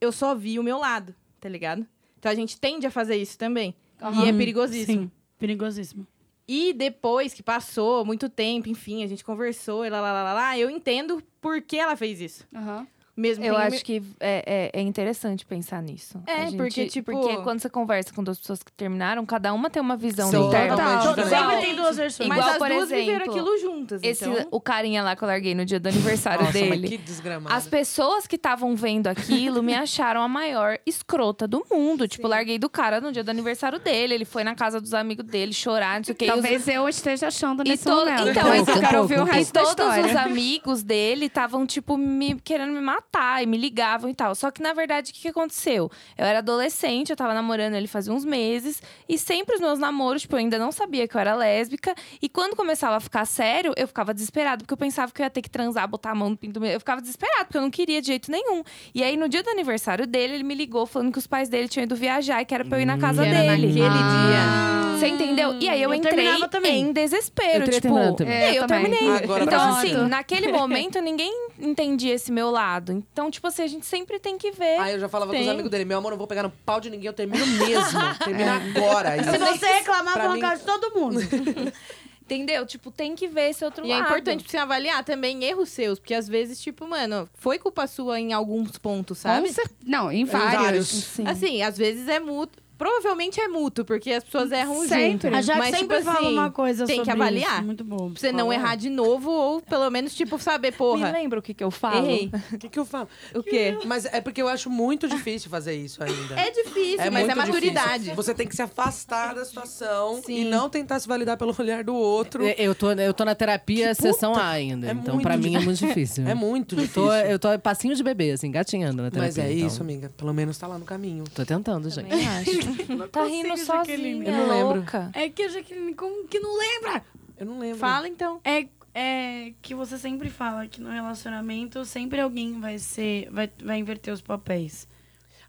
B: eu só vi o meu lado, tá ligado? Então a gente tende a fazer isso também. E é perigosíssimo.
F: Sim, perigosíssimo.
B: E depois que passou muito tempo, enfim, a gente conversou e lá, lá, lá, lá, lá, eu entendo por que ela fez isso.
E: Aham.
B: Mesmo
A: Eu
B: tendo-
A: acho que é, é- é interessante pensar nisso.
B: É,
A: A gente-
B: porque, tipo-
A: Porque quando você conversa com duas pessoas que terminaram, cada uma tem uma visão
H: Sim.
A: interna.
H: Totalmente
A: Total.
H: diferente.
A: Igual-
F: Sempre tem duas versões. ah,
B: Mas
A: é Igual,
B: as
A: por
B: duas viveram
A: exemplo,
B: aquilo juntas,
A: Esse,
B: então...
A: O carinha lá que eu larguei no dia do aniversário
H: Nossa,
A: dele.
H: mas que desgramado.
A: As pessoas que estavam vendo aquilo me acharam a maior escrota do mundo. Tipo, larguei do cara no dia do aniversário dele. Ele foi na casa dos amigos dele chorar, não sei o que.
E: Talvez eu esteja achando
A: E
E: nesse
A: todo-
E: momento.
A: então,
E: mas
A: um
E: eu quero ouvir o
A: E
E: resto da
A: todos os
E: história.
A: amigos dele estavam, tipo, me querendo me matar e me ligavam e tal. Só que, na verdade, o que, que aconteceu? Eu era adolescente, eu tava namorando ele fazia uns meses, e sempre os meus namoros, tipo, eu ainda não sabia que eu era lésbica. E quando começava a ficar sério, eu ficava desesperada, porque eu pensava que eu ia ter que transar, botar a mão no pinto do meu. Eu ficava desesperada, porque eu não queria de jeito nenhum. E aí, no dia do aniversário dele, ele me ligou falando que os pais dele tinham ido viajar e que era pra eu ir na
G: Hum,
A: casa
B: Que era
A: dele.
B: naquele
A: Você entendeu? E aí eu,
F: Eu
A: entrei
F: terminava também.
A: em desespero,
G: Eu teria
A: tipo,
G: terminado também.
A: e aí
E: É,
A: eu
E: eu também. tá
A: terminei.
H: Agora tá
A: então
H: pronto.
A: assim, naquele momento ninguém entendia esse meu lado. Então, tipo assim, a gente sempre tem que ver.
H: Aí eu já falava com
B: Tem.
H: os amigos dele, meu amor, não vou pegar no pau de ninguém, eu termino mesmo. Termino agora. Isso
F: Se
H: nem-
F: você reclamar,
H: pra
F: vou
H: mim-
F: arrancar de todo mundo.
A: Entendeu? Tipo, tem que ver esse outro
B: E é
A: lado.
B: importante pra você avaliar também erros seus, porque às vezes, tipo, mano, foi culpa sua em alguns pontos, sabe?
E: Com cer- Não, em
H: Vários.
E: vários.
A: Sim.
B: Assim, às vezes é mútuo. Provavelmente é mútuo, porque as pessoas erram
E: Sempre.
B: junto.
F: A Jaque
B: Mas,
F: sempre
B: tipo
F: fala
B: assim,
F: uma coisa
B: tem que
F: sobre
B: avaliar.
F: isso, Muito bom.
B: Pra você não errar de novo, ou pelo menos, tipo, saber,
A: Me
B: porra.
A: lembra o que, que eu falo?
B: Errei.
H: O que, que eu falo?
B: O quê?
H: Mas é porque eu acho muito difícil fazer isso ainda.
B: É difícil, mas
H: muito
B: é maturidade.
H: difícil. Você tem que se afastar da situação
B: Sim.
H: e não tentar se validar pelo olhar do outro. É,
G: Eu- Eu tô, eu tô na terapia sessão A ainda,
H: É
G: então
H: muito
G: pra mim é muito difícil.
H: muito
G: Eu
H: difícil.
G: tô, eu tô passinho de bebê, assim, gatinhando na terapia.
H: Mas é
G: então.
H: isso, amiga. Pelo menos tá lá no caminho.
G: Tô tentando, gente.
A: Também acho. tá rindo
F: consigo, Jaqueline.
A: sozinha,
H: Eu não lembro.
A: louca.
F: É que a Jaqueline, como que não lembra?
H: Eu não lembro.
B: Fala então.
F: É, é que você sempre fala que no relacionamento sempre alguém vai ser. Vai, vai inverter os papéis.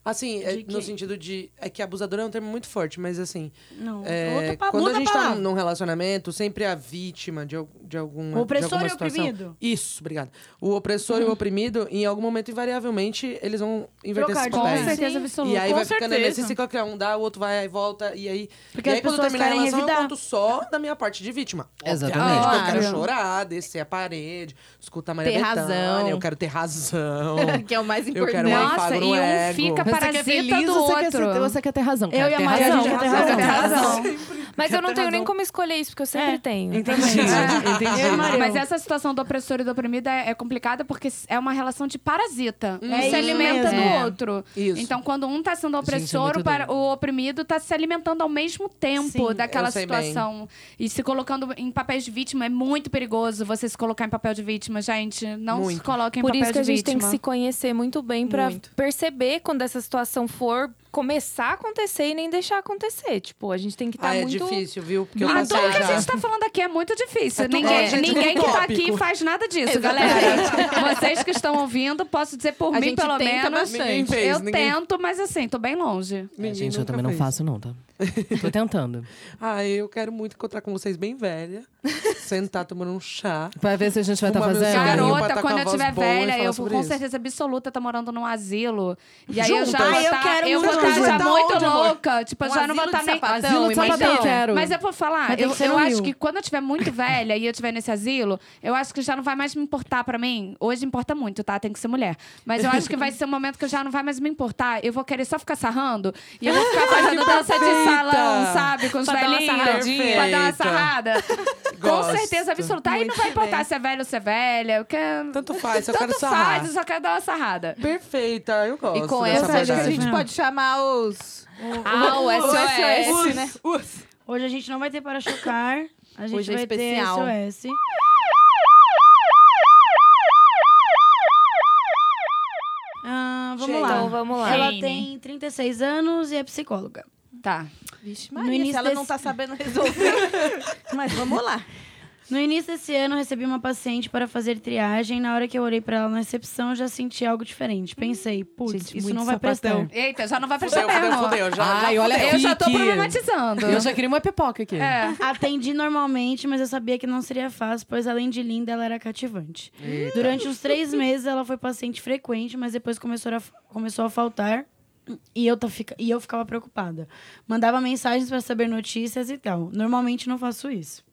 H: Assim, é,
F: De
H: no
F: que-
H: sentido de. É que abusadora é um termo muito forte, mas assim.
F: Não.
H: é,
F: outra pa-
H: quando a
F: outra
H: gente tá
F: palavra.
H: num- num relacionamento, sempre a vítima de, al- de alguma.
F: O opressor
H: de alguma
F: e o
H: situação.
F: oprimido. Hum.
H: Isso, obrigada. O opressor e o oprimido, em algum momento, invariavelmente, eles vão inverter
F: Trocar
H: esses
F: de
E: Com
H: papéis.
F: Sim.
E: certeza
H: E
E: absoluta.
H: aí
C: Com
H: vai ficando
C: certeza.
H: nesse ciclo que é um dá, o outro vai e volta. E aí,
F: Porque
H: e
F: as
H: aí quando
F: pessoas
H: terminar a
F: querem
H: relação, eu
F: revidar.
H: conto só da minha parte de vítima.
G: Exatamente.
H: Obviamente, porque eu quero
E: Claro.
H: chorar, descer a parede, escutar a Maria
B: Ter
H: Bethânia,
B: razão.
H: Eu quero ter razão.
B: que é o mais
H: Eu
B: importante.
H: quero um
E: Nossa,
H: afago no
E: e um
H: ego.
E: fica
G: Você
E: parasita
G: quer feliz,
E: do
G: você
E: outro.
G: Quer ser, você quer ter razão. cara.
F: Eu e a
G: Ter
F: Maria,
G: razão.
F: a gente quer ter
E: Você
F: razão.
E: tem razão.
A: Mas eu não tenho nem
H: razão.
A: como escolher isso, porque eu sempre tenho.
G: Entendi.
F: Eu e Maria.
E: Mas essa situação do opressor e do oprimido é, é complicada porque é uma relação de parasita. um
F: É
E: se
F: isso
E: alimenta
F: mesmo.
E: do
F: É.
E: outro.
H: Isso.
E: Então, quando um tá
G: Gente,
E: sendo
G: é
E: opressor,
G: muito
E: o, para-
G: doido.
E: o oprimido tá se alimentando ao mesmo tempo
F: Sim,
E: daquela
H: eu sei bem.
E: situação. E se colocando em papéis de vítima é muito perigoso você se colocar em papel de vítima, gente. Não se
H: Muito.
E: coloque em
A: Por
E: um papel
A: isso que a
E: de
A: gente tem
E: vítima.
A: que se conhecer muito bem pra perceber quando essa situação for começar a acontecer e nem deixar acontecer. Tipo, a gente tem que estar
H: Ah, é
A: muito.
H: difícil, viu? Porque eu
E: Ah,
H: passei
E: tudo que a
H: já.
E: gente tá falando aqui é muito difícil.
H: É tudo-
E: ninguém
H: é, gente,
E: ninguém
H: tudo
E: que tá
H: tópico.
E: aqui faz nada disso, galera. Vocês que estão ouvindo, posso dizer por
B: A
E: mim,
B: gente
E: pelo
B: tenta
E: menos.
B: bastante.
H: Ninguém fez,
E: eu
H: ninguém-
E: tento, mas assim, tô bem longe.
H: Ninguém
G: gente, eu
H: nunca
G: também não
H: fez.
G: faço, não, tá? Tô tentando.
H: Ai, eu quero muito encontrar com vocês bem velha. sentar tomando um chá.
G: Pra ver se a gente vai estar
H: Fumar meu
G: fazendo.
E: um
H: cigarrinho. Garoto. pra tá
E: É. Garota,
H: com
E: quando
H: a
E: eu
H: voz
E: tiver
H: boa e
E: velha,
H: falar
E: eu vou
H: sobre
E: com
H: isso.
E: certeza absoluta tá morando num asilo. E aí eu já
H: Juntas.
E: vou
F: Ah, eu
E: tá-
F: quero
E: eu vou
F: muito.
E: estar
F: Vocês vão
E: já
H: tá
E: muito
H: onde, amor?
E: louca. Tipo,
B: Um
E: eu já não vou
B: asilo
E: estar
B: de
E: nem...
B: sapatão,
G: Asilo de
B: imagina.
G: sapatão, eu quero.
E: Mas eu vou falar,
F: Mas tem
E: eu,
F: que ser
E: eu
F: no
E: acho
F: Rio.
E: que quando eu tiver muito velha e eu tiver nesse asilo, eu acho que já não vai mais me importar pra mim. Hoje importa muito, tá? Tem que ser mulher. Mas eu acho que vai ser um momento que eu já não vai mais me importar. Eu vou querer só ficar sarrando e eu vou ficar fazendo dança de
H: perfeita!
E: salão, sabe? Com os
A: Pra dar uma
E: velhinhos.
H: sarradinha.
E: Pra dar uma
H: Perfeita.
E: sarrada. Com
H: Gosto.
E: certeza absoluta. Aí não vai importar se é velho ou se é velha. Eu quero...
H: Tanto faz, eu quero
E: Tanto
H: sarrar.
E: faz, eu só quero dar uma sarrada.
H: Perfeita, eu gosto.
B: E com
H: dessa
B: essa, a
H: abordagem.
B: gente pode chamar os.
E: Ah, o SOS.
B: SOS, né?
F: Hoje a gente não vai ter para chocar. A gente
B: Hoje é
F: vai
B: especial.
F: ter SOS. Ah, vamos lá.
A: Então vamos lá.
F: Ela
C: Jane.
H: né?
F: tem 36 anos e é psicóloga.
E: Tá.
B: Vixe,
F: No
B: Maria, se
F: início
B: ela não
F: desse-
B: tá sabendo resolver. Mas vamos lá.
F: No início desse ano, recebi uma paciente para fazer triagem. Na hora que eu olhei para ela na recepção, já senti algo diferente. Pensei, putz,
B: Gente,
F: isso
B: muito
F: não vai
B: sapatão.
F: prestar.
E: Eita, já não vai prestar
H: Fudeu, fudeu,
E: mesmo.
H: fudeu. Já,
G: Ai, olha
E: Eu já tô
G: Kiki.
E: problematizando.
G: Eu já queria uma pipoca aqui.
E: É.
F: Atendi normalmente, mas eu sabia que não seria fácil, pois além de linda, ela era cativante.
G: Eita.
F: Durante uns três meses, ela foi paciente frequente, mas depois começou a, começou a faltar. E eu, tá fica- e eu ficava preocupada. Mandava mensagens para saber notícias e tal. Normalmente não faço isso.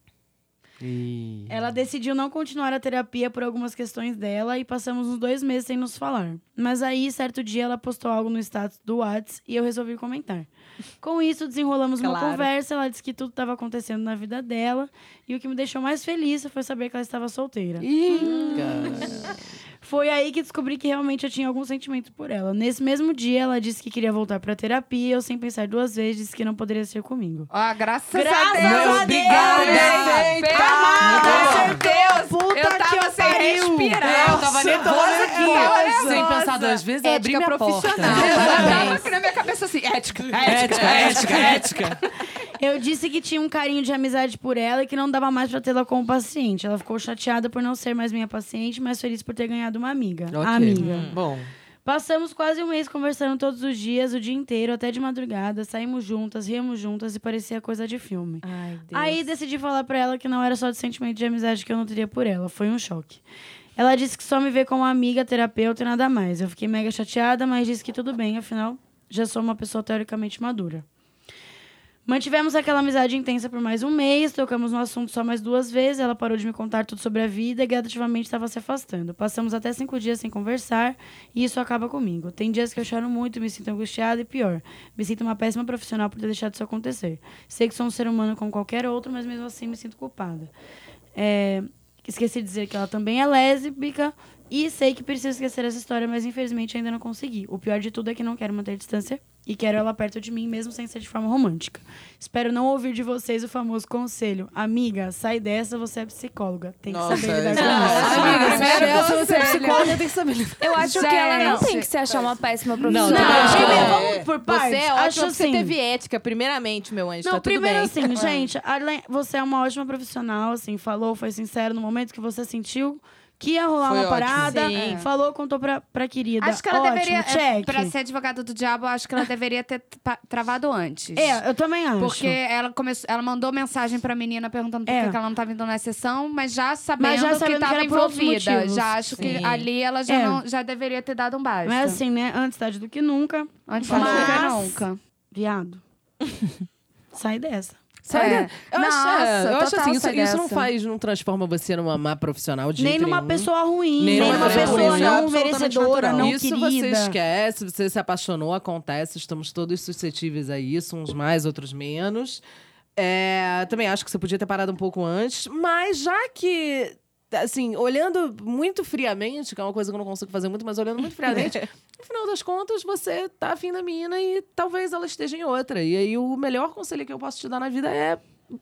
G: E-
F: Ela decidiu não continuar a terapia por algumas questões dela e passamos uns dois meses sem nos falar. Mas aí, certo dia, ela postou algo no status do Whats e eu resolvi comentar. Com isso, desenrolamos
B: Claro.
F: uma conversa. Ela disse que tudo estava acontecendo na vida dela. E o que me deixou mais feliz foi saber que ela estava solteira. Foi aí que descobri que realmente eu tinha algum sentimento por ela. Nesse mesmo dia, ela disse que queria voltar pra terapia. Eu, sem pensar duas vezes, disse que não poderia ser comigo.
E: Ó, graças,
F: Graças
E: a Deus.
F: a Deus.
E: Obrigada.
H: Perfeita.
E: Pelo amor de Deus.
F: Puta
E: eu
F: que
E: tava
F: eu
E: sem
F: pariu.
E: respirar.
G: Eu tava nervosa aqui. Sem pensar duas vezes, eu abri
B: Ética
G: minha porta.
B: profissional.
E: Eu tava aqui na minha cabeça assim, ética, ética,
G: Ética, ética, ética.
F: Eu disse que tinha um carinho de amizade por ela e que não dava mais pra tê-la como paciente. Ela ficou chateada por não ser mais minha paciente, mas feliz por ter ganhado uma amiga.
H: Ok.
F: Amiga.
B: Uhum.
H: Ah, Bom,
F: Passamos quase um mês conversando todos os dias, o dia inteiro, até de madrugada. Saímos juntas, ríamos juntas e parecia coisa de filme.
B: Ai, Deus.
F: Aí decidi falar pra ela que não era só de sentimento de amizade que eu nutria por ela. Foi um choque. Ela disse que só me vê como amiga, terapeuta e nada mais. Eu fiquei mega chateada, mas disse que tudo bem, afinal, já sou uma pessoa teoricamente madura. Mantivemos aquela amizade intensa por mais um mês, tocamos no assunto só mais duas vezes, ela parou de me contar tudo sobre a vida e gradativamente estava se afastando. Passamos até cinco dias sem conversar e isso acaba comigo. Tem dias que eu choro muito, me sinto angustiada e pior. Me sinto uma péssima profissional por ter deixado isso acontecer. Sei que sou um ser humano como qualquer outro, mas mesmo assim me sinto culpada. É, Esqueci de dizer que ela também é lésbica e sei que preciso esquecer essa história, mas infelizmente ainda não consegui. O pior de tudo é que não quero manter distância e quero ela perto de mim, mesmo sem ser de forma romântica. Espero não ouvir de vocês o famoso conselho. Amiga, sai dessa, você é psicóloga. Tem que
H: Nossa,
F: saber lidar
H: isso
F: com
H: é
F: isso.
G: Amiga,
E: primeiro
G: se você é
E: conselho.
G: psicóloga, tem que saber.
A: Eu acho que ela não
E: Gente.
A: tem que se achar uma péssima
G: Não,
A: profissional.
G: também acho que
F: Primeiro,
G: não.
F: vamos por partes.
B: Você é ótimo,
F: Acho
B: porque você
F: assim-
B: teve ética, primeiramente, meu anjo.
F: Não,
B: tá tudo
F: primeiro
B: bem.
F: assim, gente, além- você é uma ótima profissional, assim, falou, foi sincero no momento que você sentiu que ia rolar
H: Foi
F: uma
H: ótimo.
F: parada. É.
E: Sim.
F: Falou, contou pra, pra querida.
E: Acho que ela
F: Ótimo,
E: deveria, é,
F: Check.
E: pra ser advogada do diabo, eu acho que ela deveria ter pa- travado antes.
F: É, eu também acho.
E: Porque ela começou, ela mandou mensagem pra menina perguntando por
F: É.
E: que que ela não tava indo na sessão, mas já sabendo,
F: sabendo
E: que
F: que
E: tava
F: era por outros
E: envolvida.
F: motivos.
E: Já acho que
H: Sim.
E: ali ela já,
F: É.
E: não- já deveria ter dado um basta.
F: Mas assim, né? Antes tarde do que nunca.
E: Antes
F: Mas-
E: do que nunca.
F: Viado. Sai dessa.
G: Sabe?
E: É.
G: Eu acho, é,
E: Nossa,
G: eu acho
E: total
G: assim, isso,
E: sai
G: isso não
E: dessa.
G: faz, não transforma você numa má profissional de
F: Nem
G: jeito
F: numa
G: nenhum.
F: pessoa ruim, nem,
G: Nem numa
F: numa
G: pessoa
F: pessoa
G: ruim, é
F: não
H: absolutamente
F: merecedora,
H: natural.
F: não
G: isso você
F: querida.
G: esquece, você se apaixonou, acontece, estamos todos suscetíveis a isso, uns mais, outros menos. É, também acho que você podia ter parado um pouco antes, mas já que. Assim, olhando muito friamente, que é uma coisa que eu não consigo fazer muito, mas olhando muito friamente, no final das contas, você tá afim da mina e talvez ela esteja em outra. E aí, o melhor conselho que eu posso te dar na vida é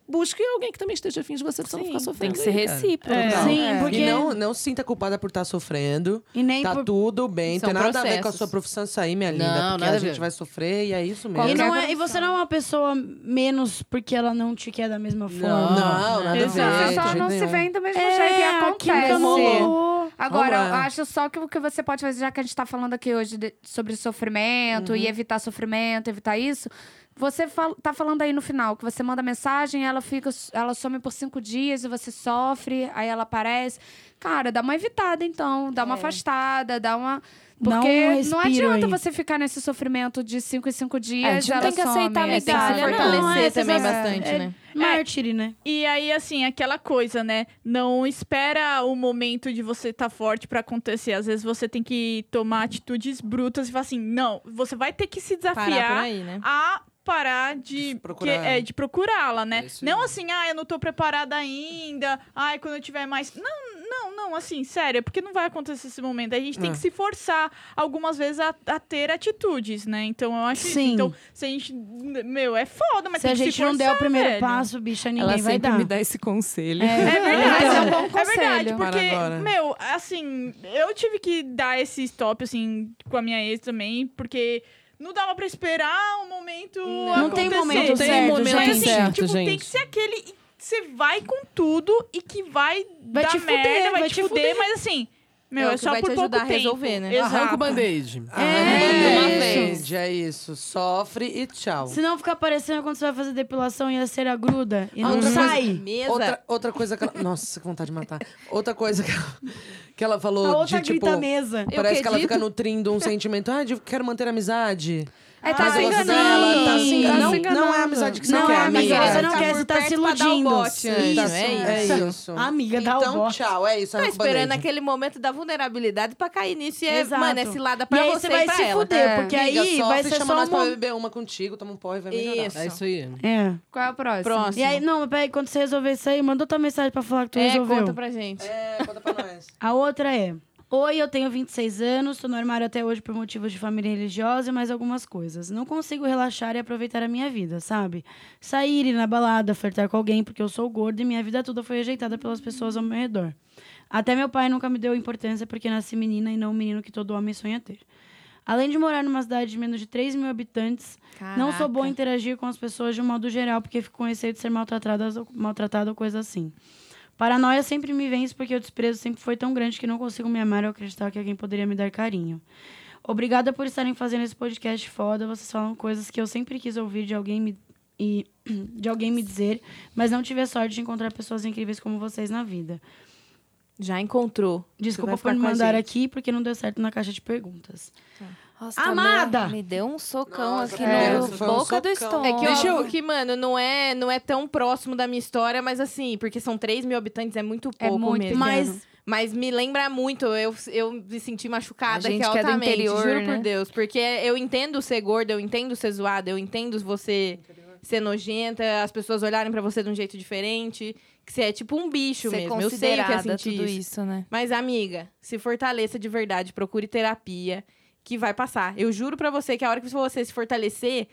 G: busque alguém que também esteja afim de você, pra você não ficar
A: Tem
G: sofrendo.
A: que ser
G: aí, cara.
A: recíproco.
C: É.
A: então.
F: Sim,
A: É.
F: porque.
H: E não, não se sinta culpada por estar sofrendo.
F: e nem
H: tá
F: por-
H: tudo bem,
A: São
H: tem nada a ver com a
A: processos.
H: sua profissão isso aí, minha
G: Não,
H: linda. Porque
G: nada
H: a
G: a
H: gente
G: ver.
H: vai sofrer e é isso mesmo.
F: E,
E: Qualquer
F: não é- e
E: profissão.
F: você não é uma pessoa menos porque ela não te quer da mesma forma.
H: Não, não, nada a
C: Exato.
H: ver. de
E: Só
H: jeito
E: não se
H: nenhum.
E: vem do mesmo
F: É,
E: jeito e
F: a química não
E: Tipo, acontece.
F: rolou.
E: Agora,
H: Vamos
E: eu
H: lá.
E: acho só que o que você pode fazer, já que a gente tá falando aqui hoje de- sobre sofrimento e evitar sofrimento, evitar isso. Você fal- tá falando aí no final que você manda mensagem, ela fica, ela some por cinco dias e você sofre, aí ela aparece. Cara, dá uma evitada então, dá uma afastada, dá uma.
F: Dá um
E: Porque não
F: respiro
E: adianta
F: aí.
E: você ficar nesse sofrimento de cinco em cinco dias.
A: gente não
E: ela
A: tem que
E: some, é,
A: aceitar
E: aí tem que se
A: medalha,
B: né?
A: não.
E: fortalecer.
F: Não, é,
D: Fortalecer também
F: essas-
D: bastante,
F: é,
D: né?
F: Mártire, né?
C: E aí, assim, aquela coisa, né? Não espera o momento de você estar forte pra acontecer. Às vezes você tem que tomar atitudes brutas e falar assim: não, você vai ter que se
D: Parar por
C: desafiar
D: aí, né?
C: a parar de,
H: De procurar.
C: que- é, de procurá-la, né?
H: É isso aí.
C: não assim, ah, eu não tô preparada ainda, ai, quando eu tiver mais. Não, não, não, assim, sério, é porque não vai acontecer esse momento. A gente tem
H: É.
C: que se forçar algumas vezes a, a ter atitudes, né? Então eu acho
F: Sim.
C: Então, se a gente. Meu, é foda, mas
F: se
C: tem
F: a
C: que se
F: gente não der
C: forçar,
F: o primeiro
C: velho.
F: passo, bicha, ninguém
A: Ela
F: vai
A: sempre
F: dar.
A: me dá esse conselho.
C: É verdade.
E: Mas é um bom
C: É verdade,
E: conselho.
H: Para agora.
C: porque, meu, assim, eu tive que dar esse stop, assim, com a minha ex também, porque não dava pra esperar o momento
F: Não tem
C: acontecer.
F: momento certo,
C: Mas,
G: gente.
C: assim,
G: Certo,
C: tipo, tem
G: gente.
C: que ser aquele... e Você vai com tudo e que vai,
F: Vai
C: dar
F: te fuder,
C: merda, vai,
F: vai
C: te
F: te
C: fuder, mas assim... Meu,
D: É o
C: é,
D: que
C: só
D: vai te
C: por pouco
D: ajudar a
C: tempo.
D: resolver, né?
C: Exato.
G: Arranca o band-aid.
H: É,
F: É,
H: uma
F: isso.
H: vez, é isso. Sofre e tchau.
F: Se não ficar parecendo quando você vai fazer depilação e a cera gruda. E não
H: outra coisa-
F: sai.
D: Mesa.
H: Outra, outra coisa que ela... Nossa, que vontade de matar. Outra coisa que ela, que ela falou
F: A outra
H: de, tipo...
F: grita a mesa.
H: Parece
D: que
H: que, ela
D: dito?
H: fica nutrindo um sentimento. Ah, de quero manter a amizade.
E: É, tá
H: Mas
E: se
H: eu gosto
E: enganando.
H: dela, tá se enganando. Não,
E: Tá se
H: não é a
E: enganando.
H: amizade que você
F: Não
H: quer,
F: é
H: amiga.
F: amiga, você não
D: Tá
F: quer,
D: por
F: você tá
D: perto
F: se
D: pra dar o
F: iludindo.
D: bote antes,
H: Tá-
D: é
H: é
D: isso.
H: isso.
F: Amiga, dá o
H: Então,
F: bote.
H: tchau. É isso.
D: Tá
H: arranca o
D: esperando
H: band-aid.
D: aquele momento da vulnerabilidade pra cair nisso. E é,
F: Exato.
D: mano, é cilada
F: E
D: pra
F: aí
D: você
F: você
D: e
F: vai
D: pra
F: se
D: ela.
F: fuder,
E: É.
F: porque
H: Amiga,
F: aí
H: sofre,
F: vai ser
H: chama
F: só
H: nós pra
F: um...
H: beber uma contigo, toma um pó e vai melhorar.
D: Isso.
G: É isso aí.
F: É.
E: Qual é o próximo?
D: Próximo.
F: E aí, não, mas peraí, quando você resolver isso aí, manda outra mensagem pra falar que tu
D: é,
F: resolveu.
D: conta pra gente.
H: É, conta pra nós.
F: A outra é: Oi, eu tenho 26 anos, tô no armário até hoje por motivos de família religiosa e mais algumas coisas. Não consigo relaxar e aproveitar a minha vida, sabe? Sair, ir na balada, flertar com alguém porque eu sou gorda e minha vida toda foi rejeitada pelas pessoas ao meu redor. Até meu pai nunca me deu importância porque nasci menina e não o menino que todo homem sonha ter. Além de morar numa cidade de menos de 3 mil habitantes, não sou boa em interagir com as pessoas de um modo geral, porque fico com receio de ser maltratada, maltratada ou coisa assim. Paranoia sempre me vence, porque o desprezo sempre foi tão grande que não consigo me amar ou acreditar que alguém poderia me dar carinho. Obrigada por estarem fazendo esse podcast foda. Vocês falam coisas que eu sempre quis ouvir de alguém me, e, de alguém me dizer, mas não tive a sorte de encontrar pessoas incríveis como vocês na vida.
D: Já encontrou.
F: Desculpa
D: vai ficar
F: por me
D: com a
F: mandar
D: gente.
F: aqui, porque não deu certo na caixa de perguntas.
A: Nossa, tá
F: Amada!
A: Me, me deu um socão
H: Nossa,
A: aqui
H: é,
A: no
H: isso foi um
A: boca do
H: socão.
A: estômago.
D: É que
A: Deixa
D: eu... que, mano, não é, não é tão próximo da minha história, mas assim, porque são 3 mil habitantes, é muito
E: É
D: pouco
E: muito
D: mesmo.
E: pequeno.
D: Mas, mas me lembra muito, eu, eu me senti machucada
A: A gente
D: aqui
A: que é do
D: altamente,
A: interior,
D: juro
A: né?
D: por Deus. Porque eu entendo ser gorda, eu entendo ser zoada, eu entendo você ser nojenta, as pessoas olharem pra você de um jeito diferente, que você é tipo um bicho
A: ser
D: mesmo. Eu sei o que é
A: considerada,
D: sentir
A: tudo
D: isso.
A: isso, né?
D: Mas, amiga, se fortaleça de verdade, procure terapia, que vai passar. Eu juro pra você que a hora que você se fortalecer,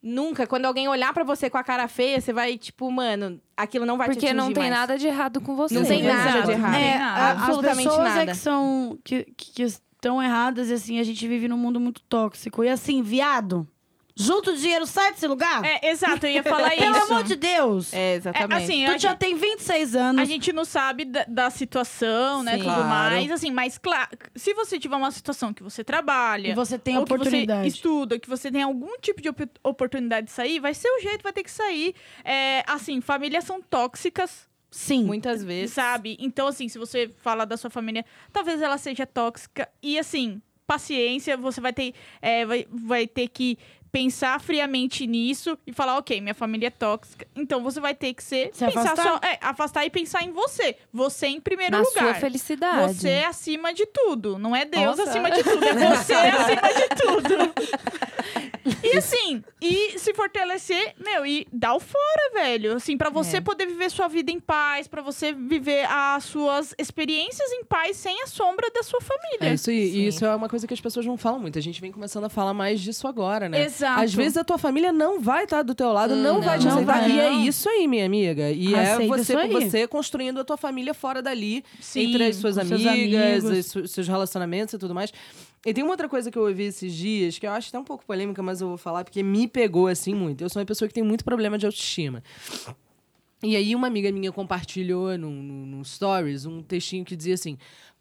D: nunca, quando alguém olhar pra você com a cara feia, você vai, tipo, mano, aquilo não vai te
A: Porque
D: atingir
A: não tem
D: mais.
A: nada de errado com você.
D: Não tem nada
C: Exato.
D: de errado.
C: É,
F: É,
C: nada.
F: a-
D: absolutamente
F: as pessoas
D: nada.
F: é que são que, que, que estão erradas e assim a gente vive num mundo muito tóxico e assim viado Junta o dinheiro, sai desse lugar.
C: É, exato, eu ia falar isso.
F: Pelo amor de Deus.
B: É,
C: É,
B: exatamente.
C: assim, a
F: tu já tem 26 anos.
C: A gente não sabe da, da situação, né?
B: Sim.
C: Tudo
H: Claro.
C: mais. Assim, mas claro, se você tiver uma situação que você trabalha.
F: E você tem
C: ou
F: oportunidade.
C: Que você estuda, que você tem algum tipo de op- oportunidade de sair, vai ser o jeito, vai ter que sair. É, assim, famílias são tóxicas,
F: Sim.
B: Muitas vezes.
C: sabe? Então, assim, se você fala da sua família, talvez ela seja tóxica. E assim, paciência, você vai ter, é, vai, vai ter que pensar friamente nisso e falar, ok, minha família é tóxica. Então você vai ter que ser
F: Se
C: pensar
F: afastar?
C: só. É, afastar e pensar em você. Você em primeiro
A: Na
C: lugar.
A: sua felicidade.
C: Você é acima de tudo. Não é Deus
A: Nossa.
C: acima de tudo, é você acima de tudo. E assim, e se fortalecer, meu, e dá o fora, velho. Assim, pra você poder viver sua vida em paz, pra você viver as suas experiências em paz sem a sombra da sua família.
G: É isso, e,
B: Sim.
G: e isso é uma coisa que as pessoas não falam muito. A gente vem começando a falar mais disso agora, né?
C: Exato.
G: Às vezes a tua família não vai estar do teu lado, não, vai te
F: Hum, Não
G: aceitar.
F: vai,
G: E é
F: não.
G: isso aí, minha amiga. E é
F: Aceita
G: você,
F: isso aí.
G: você construindo a tua família fora dali,
C: Sim,
G: entre as suas
F: com seus
G: amigas,
F: amigos.
G: os su- seus relacionamentos e tudo mais. E tem uma outra coisa que eu ouvi esses dias, que eu acho até um pouco polêmica, mas eu vou falar porque me pegou assim muito. Eu sou uma pessoa que tem muito problema de autoestima. E aí uma amiga minha compartilhou num, num- num stories um textinho que dizia assim: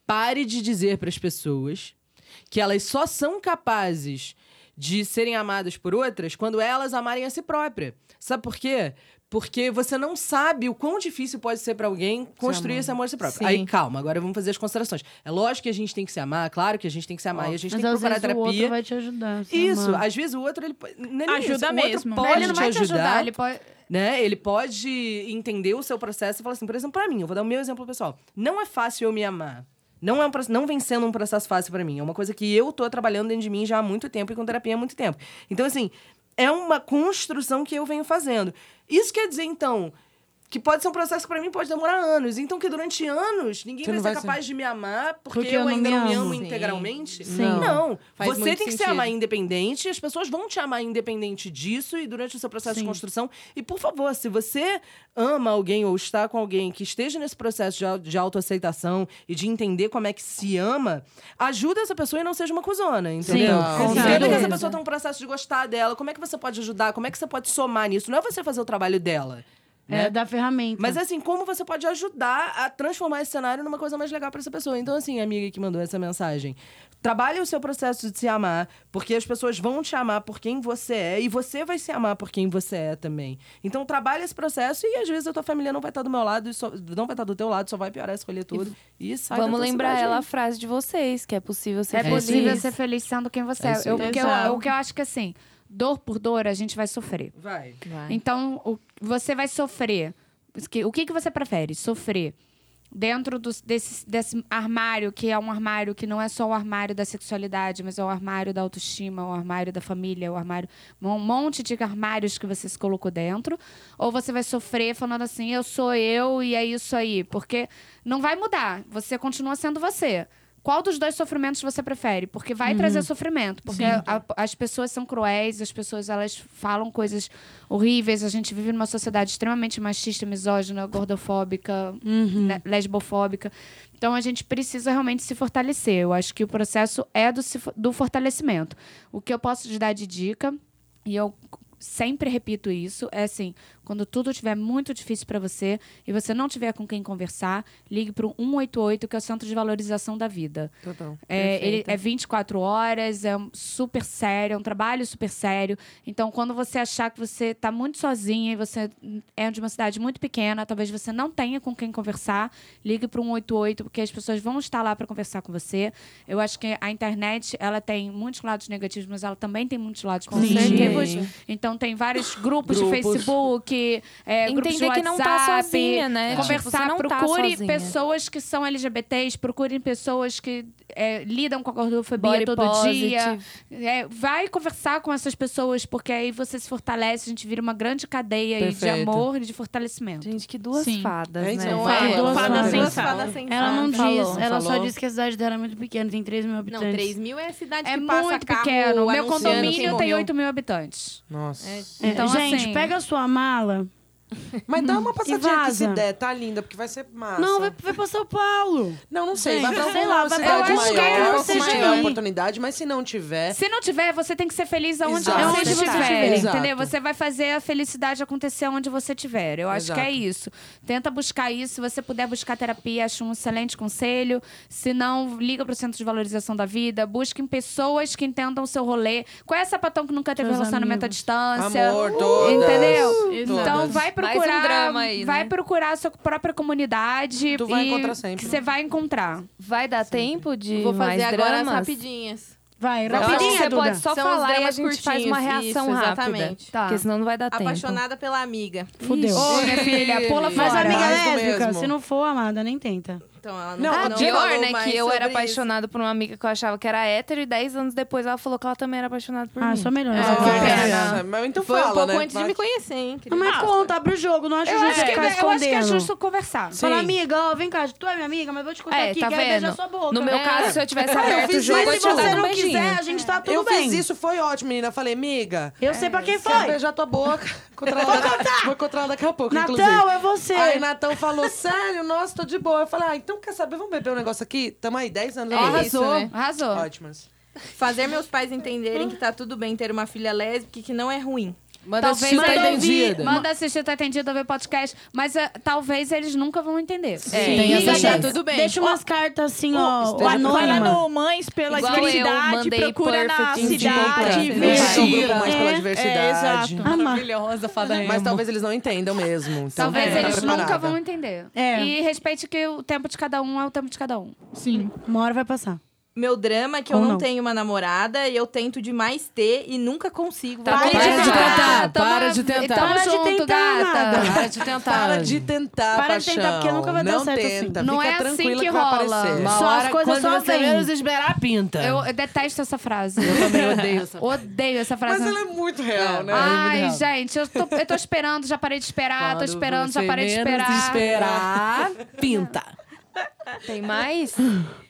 G: pare de dizer para as pessoas que elas só são capazes de serem amadas por outras quando elas amarem a si própria. Sabe por quê? Porque você não sabe o quão difícil pode ser para alguém construir esse amor a si próprio.
B: Sim.
G: Aí, calma, agora vamos fazer as considerações. É lógico que a gente tem que se amar, claro que a gente tem que se amar e a gente
F: Mas
G: tem que
F: às
G: procurar
F: vezes o outro
G: terapia.
F: vai te ajudar. se
G: Isso,
F: amar.
G: às vezes o outro ele po- não é nem
C: Ajuda
G: isso, o outro
C: mesmo.
G: pode
E: Ele não vai
G: te
E: te ajudar, ele pode...
G: né? Ele pode entender o seu processo e falar assim, por exemplo, pra mim, eu vou dar o meu exemplo pessoal. Não é fácil eu me amar. Não é um proce- não vem sendo um processo fácil pra mim. É uma coisa que eu tô trabalhando dentro de mim já há muito tempo e com terapia há muito tempo. Então assim, é uma construção que eu venho fazendo. Isso quer dizer então que pode ser um processo que pra mim pode demorar anos. Então que durante anos ninguém
H: Você
G: vai
H: não
G: ser
H: vai ser-
G: capaz de me amar porque,
F: Porque eu
G: eu,
F: não
G: ainda
F: me
G: não me
F: amo.
G: amo
B: Sim.
G: integralmente.
H: Sim.
G: Não.
H: Faz
G: Você tem
H: muito
G: que se
H: sentido.
G: amar independente, as pessoas vão te amar independente disso e durante o seu processo de construção. E por favor, se você ama alguém ou está com alguém que esteja nesse processo de, au- de autoaceitação e de entender como é que se ama, ajuda essa pessoa e não seja uma cuzona, entendeu?
H: Sim,
F: com
G: Entenda que essa
F: certeza.
G: pessoa tá num processo de gostar dela, como é que você pode ajudar, como é que você pode somar nisso? Não é você fazer o trabalho dela.
F: É, da ferramenta.
G: Mas assim, como você pode ajudar a transformar esse cenário numa coisa mais legal pra essa pessoa? Então, assim, a amiga que mandou essa mensagem, trabalhe o seu processo de se amar, porque as pessoas vão te amar por quem você é e você vai se amar por quem você é também. Então, trabalhe esse processo e às vezes a tua família não vai estar do meu lado, e só- não vai estar do teu lado, só vai piorar, escolher tudo. E sai da
A: Vamos
G: tua
A: lembrar
G: cidade
A: ela
G: aí.
A: a frase de vocês, que é possível ser
E: É
A: feliz.
E: possível ser feliz sendo quem você
G: É
E: é.
G: isso
E: Eu-
G: aí.
E: o, que eu,
C: Exato.
E: o que eu acho que assim, dor por dor a gente vai sofrer.
G: Vai.
B: Vai.
E: Então, o- você vai sofrer. Os que- O que, que você prefere? Sofrer dentro dos- desse, desse armário, que é um armário que não é só o armário da sexualidade, mas é o armário da autoestima, o armário da família, o armário. Um monte de armários que você se colocou dentro. Ou você vai sofrer falando assim, eu sou eu e é isso aí. Porque não vai mudar. Você continua sendo você. Qual dos dois sofrimentos você prefere? Porque vai trazer sofrimento. Porque a- as pessoas são cruéis, as pessoas elas falam coisas horríveis. A gente vive numa sociedade extremamente machista, misógina, gordofóbica, né, lesbofóbica. Então a gente precisa realmente se fortalecer. Eu acho que o processo é do, se fo- do fortalecimento. O que eu posso te dar de dica, e eu sempre repito isso, é assim, quando tudo estiver muito difícil para você e você não tiver com quem conversar, ligue para o 188, que é o Centro de Valorização da Vida.
H: Total.
E: É, ele é 24 horas, é um super sério, é um trabalho super sério. Então, quando você achar que você está muito sozinha e você é de uma cidade muito pequena, talvez você não tenha com quem conversar, ligue para 188, porque as pessoas vão estar lá para conversar com você. Eu acho que a internet, ela tem muitos lados negativos, mas ela também tem muitos lados positivos. Então, tem vários grupos, de
H: Grupos.
E: Facebook, é, grupos de
A: Entender
E: WhatsApp, é,
A: que não tá sozinha, né? Tipo,
E: Conversar,
A: você não tá
E: procure
A: sozinha.
E: pessoas que são LGBTs, procurem pessoas que é, lidam com a gordofobia
A: Body
E: todo
A: positive.
E: dia. É, vai conversar com essas pessoas, porque aí você se fortalece, a gente vira uma grande cadeia aí de
H: Perfeito.
E: amor e de fortalecimento.
A: Gente, que duas
C: Sim.
A: fadas,
H: É,
A: né?
H: então,
F: Fala,
H: é, fala
F: duas
C: fadas
H: sobre
C: sem
H: isso.
C: sal.
F: Ela não
B: Ah,
F: diz,
A: falou,
F: ela só
H: falou.
F: diz que a cidade dela é muito pequena, tem 3 mil
B: Não,
F: habitantes.
B: 3 mil é a cidade
E: É
B: que passa
E: muito
B: carro
E: pequeno. Meu
B: anunciando quem
E: condomínio tem
B: morreu.
E: 8 mil habitantes.
H: Nossa.
B: É,
F: É,
E: Então,
F: gente,
E: assim-
F: pega a sua mala
H: Mas dá uma passadinha
F: vaza.
H: nessa ideia, tá linda, porque vai ser massa.
F: Não, vai, vai pra São Paulo.
H: Não, não sei. Vai
F: Gente,
H: pra
F: sei
H: uma
F: lá, vai pra
H: cidade
E: algum lugar que
H: maior,
E: não
H: se
E: seja
H: tiver
E: aí.
H: oportunidade, mas se não tiver,
E: Se não tiver, você tem que ser feliz aonde
H: É. Exato.
E: você
H: Aonde você
E: estiver.
H: estiver.
E: Entendeu?
H: Exato.
E: Você vai fazer a felicidade acontecer onde você estiver. Eu acho
H: Exato.
E: que é isso. Tenta buscar isso. Se você puder buscar terapia, acho um excelente conselho. Se não, liga pro Centro de Valorização da Vida. Busquem pessoas que entendam o seu rolê. Qual é a sapatão que nunca teve
F: Seus amigos.
E: relacionamento à distância?
H: amor, todas.
E: uh, Entendeu?
H: Todas.
E: Então vai
A: Mais um
E: procurar,
A: drama aí,
E: vai
A: né?
E: procurar a sua própria comunidade.
H: Tu vai
E: e
H: encontrar sempre.
E: que Você vai encontrar.
A: Vai dar tempo de
B: Vou fazer
A: mais
B: agora
A: dramas?
B: as rapidinhas.
F: Vai,
A: Eu acho que
F: rapidinho,
A: você
F: Duda.
A: pode só
B: São os
A: falar e a
B: dramas
A: gente faz uma
B: curtinhos,
A: reação
B: isso,
A: rápida.
B: exatamente.
E: Tá.
A: Porque senão não vai dar tempo.
B: Apaixonada pela amiga.
F: Fudeu.
E: Ô, minha filha, pula
H: Mas,
F: Mas
E: fora.
F: amiga é
H: Mais do
F: lésbica,
H: mesmo.
F: se não for amada, nem tenta.
B: Então, ela
H: Não,
B: não,
A: A
B: não
A: pior,
B: falou
A: né,
B: mais
A: que eu era
B: sobre isso.
A: apaixonada por uma amiga que eu achava que era hétero e 10 anos depois ela falou que ela também era apaixonada por
F: Ah,
A: mim.
F: só melhor.
B: É,
F: só
B: é.
F: pena.
H: Nossa, mas então
B: Foi
H: fala,
B: um pouco
H: né?
B: antes de me conhecer, hein? querida?
F: Mas conta, abre o jogo. Não acho
E: Eu
F: justo
E: acho, que,
F: ficar
E: eu acho que é
F: escondendo.
E: justo conversar.
H: Sim.
F: Fala, amiga, ó, vem cá, tu é minha amiga, mas vou te contar
A: É,
F: aqui,
A: tá
F: quero beijar
A: vendo?
F: sua boca.
A: No meu
F: É.
A: caso, se eu tivesse
H: Ah, eu
A: aberto o
H: fiz
A: jogo,
H: isso,
F: mas
A: eu
F: se
A: tinha
F: você
A: dado um
F: não
A: beijinho.
F: quiser, a gente tá tudo
H: Eu
F: bem.
H: fiz isso, foi ótimo, menina. Falei, amiga,
F: Eu sei pra quem foi.
H: quer beijar tua boca? Contra ela daqui- Vou controlar daqui a pouco, inclusive.
F: Natal, é você.
H: Aí Natão falou, sério, nossa, tô de boa. Eu falei, ah, então quer saber, vamos beber um negócio aqui? Tamo aí, 10 anos.
E: É,
H: amigas.
E: arrasou,
B: isso, né?
E: arrasou.
H: Ótimas.
B: Fazer meus pais entenderem que tá tudo bem ter uma filha lésbica e que não é ruim.
H: Manda
E: Talvez
H: assistir, tá
E: manda
H: entendida.
E: ouvir, manda assistir, tá entendido, ouvir podcast, mas eh, talvez eles nunca vão entender.
B: É,
F: Tem
B: e
F: essa
B: tá
F: chance.
B: tudo bem.
F: Deixa umas cartas assim, ó,
H: esteja
C: Vai lá
F: anônima.
C: no Mães pela
A: Igual eu
C: Diversidade,
A: mandei
C: procura na
A: perfect em
C: cidade,
A: Timbuktu.
C: vê.
H: Isso, um grupo
F: Mentira.
H: mais pela
F: É, é,
H: diversidade.
F: Ama.
G: Maravilhosa, fada
H: Mas
G: emo.
H: talvez eles não entendam mesmo. Então,
E: Talvez
H: tem que
E: eles
H: estar
E: nunca
H: preparada.
E: vão entender.
F: É.
E: E respeite que o tempo de cada um é o tempo de cada um.
C: Sim.
F: Uma hora vai passar.
B: Meu drama é que eu
F: Ou
B: não,
F: não.
B: tenho uma namorada e eu tento demais ter e nunca consigo.
A: Tá com
B: Vou parar
A: de tentar,
E: tamo-
G: para de tentar.
E: Tamo
F: Para de
E: junto,
F: tentar
E: gata.
F: nada.
G: Para de tentar.
H: Para de tentar,
F: Para de
H: paixão.
F: tentar, porque nunca vai dar
H: não
F: certo assim.
H: tenta,
E: Não
H: fica
E: é assim
H: tranquila
E: que
H: vai
E: rola.
H: aparecer.
G: Uma
F: Só as
G: hora,
F: coisas
G: quando
F: só
G: você
F: vêm.
G: menos esperar, Ah, pinta.
E: Eu, eu detesto essa frase.
G: também odeio essa
E: Odeio essa frase.
H: Mas ela é muito real, né?
E: Ai, gente, eu tô, eu tô esperando, já parei de esperar, tô esperando, já parei de esperar.
G: esperar, pinta.
A: Tem mais?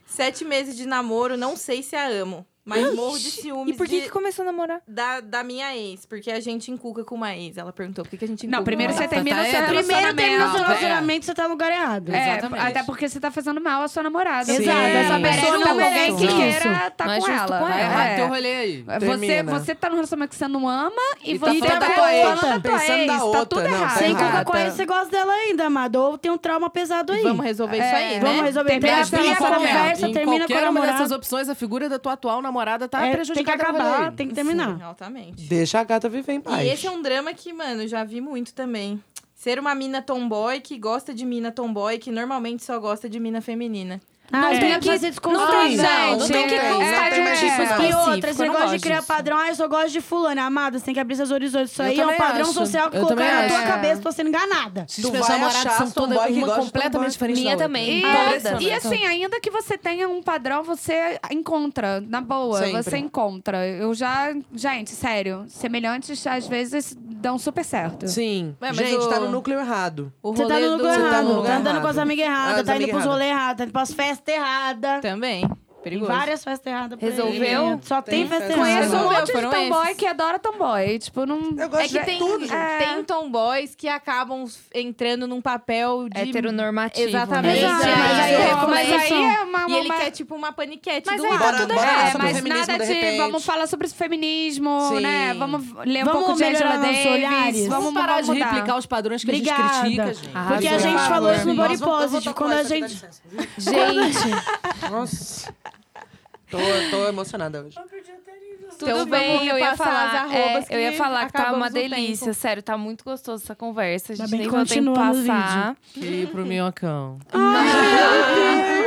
B: Sete meses de namoro, não sei se a amo. Mas morro de ciúmes
A: E por que,
B: de-
A: que começou a namorar?
B: da, da minha ex. Porque a gente encuca com uma ex. Ela perguntou por que, que a gente encuca
E: Não, primeiro
B: com uma
E: você
B: ex.
E: termina o seu
G: Tá, é,
F: Primeiro termina o seu
G: Não,
F: relacionamento, você tá no lugar errado.
E: É,
G: Exatamente.
E: até porque você tá fazendo mal à sua namorada.
F: Exato,
E: essa
F: essa
E: merece
F: pessoa
E: não
F: não
E: alguém que
F: merece
E: queira tá
A: Não é
E: com
A: justo
E: ela.
A: com ela.
E: É.
A: Vai,
G: teu rolê aí.
E: Você,
H: um Termina.
E: você tá num relacionamento que você não ama e,
H: E tá
E: você tá,
H: falando da tua ex,
E: falando da tua
H: pensando
E: ex.
H: da
E: Tá
H: outra.
E: tudo
H: Não, tá
E: errado.
H: Tá
F: Sem
H: errado.
F: contar com isso, você gosta dela ainda, amado. Ou tem um trauma pesado aí.
B: Vamos resolver isso aí,
F: É, Vamos
B: né?
F: resolver. Termina,
E: Termina
F: assim,
E: essa relação.
H: um.
F: conversa,
G: em
F: termina com a
G: qualquer uma
F: namorada.
G: dessas opções, a figura da tua atual namorada tá
F: É, tem que
G: prejudicada. no rolê.
F: acabar, tem que terminar.
B: Altamente.
H: Deixa a gata viver em paz.
B: E esse é um drama que, mano, já vi muito também. Ser uma mina tomboy que gosta de mina tomboy que normalmente só gosta de mina feminina.
F: Ah,
A: tem que-
F: fazer
A: Não tem,
F: desconstruir.
A: gente.
H: não tem que
A: é, é,
H: gostar de tipo
A: é.
F: E
H: específico,
F: outra, esse
A: eu não
F: negócio de
A: gosto
F: criar
A: disso.
F: padrão, ah, eu só gosto de fulano. Amado, você tem que abrir seus horizontes. Isso
G: Eu
F: aí é um
G: também
F: padrão
G: acho.
F: social que
G: Eu
F: colocaram na
G: também
F: tua
G: acho.
F: cabeça, tu tá sendo enganada.
G: Esses
H: Tu
G: meus
H: vai
G: namorados
H: achar
G: são toda
H: tomboy que
G: uma
H: gosta de
G: completamente
H: tomboy.
G: diferente
A: Minha
G: da outra.
A: também. Ah,
E: E,
A: Todas.
E: e assim, ainda que você tenha um padrão, você encontra, na boa,
H: Sempre.
E: você encontra. Eu já. Gente, sério, semelhantes às vezes dão super certo.
H: Sim.
B: Ué, mas
H: Gente,
B: o-
H: tá no núcleo errado.
B: O
F: Você tá
B: rolê
F: no lugar
H: você tá no
F: errado,
H: lugar
F: tá andando com as
H: errado.
F: amigas
H: Ah,
F: erradas,
H: as
F: tá indo
H: amigas
F: pros
H: erradas.
F: rolês errados, tá indo pras festas erradas.
B: Também. Perigoso.
F: Várias festas erradas. por aí.
A: Resolveu?
F: Só tem,
H: Tem
F: festa
H: festa
F: errada.
E: Conheço um
B: Resolveu,
E: monte de
B: foram
E: tomboy
B: esses.
E: que adora tomboy. Tipo, não.
H: Eu gosto
B: É que
H: de
B: tem,
H: tudo, gente.
E: É.
B: tem tomboys que acabam f- entrando num papel de...
A: Heteronormativo.
B: Exatamente.
A: Né?
F: Exato.
E: Mas aí,
B: É,
E: mas aí é uma.
B: E ele
E: uma-
B: quer, tipo, uma paniquete
E: Mas
B: do
E: aí tá
B: lado.
H: Bora-
E: tudo
H: bora falar
E: bem,
H: sobre
E: mas
H: feminismo,
E: nada
H: de
E: de,
H: repente.
E: Vamos falar sobre feminismo,
H: Sim.
E: né? Vamos ler um
F: Vamos
E: pouco de Angela
F: melhorar nossos
E: Davis.
F: olhares.
E: Vamos
G: Vamos parar
E: vamos
G: de
E: mudar.
G: replicar os padrões que a
F: Obrigada.
G: gente critica, gente.
A: Arrasou.
F: Porque a
A: Por
F: gente
A: favor.
F: falou isso no
H: Nós
F: Body
H: vamos- eu vou
F: Positive,
H: tocar
F: quando a
H: essa aqui, dá
F: gente...
H: licença.
A: Gente,
H: Nossa. Tô, tô emocionada hoje.
A: tudo
B: vamos
A: bem, eu ia
B: repassar as
A: falar. é,
B: arrobas
A: eu ia
B: que
A: falar que tá
B: acabamos
A: uma
B: o
A: delícia, sério, tá muito gostoso essa conversa. A gente
F: bem
A: nem
F: que
A: deu tempo
F: continua no
A: passar.
G: Que pro minhocão.
F: é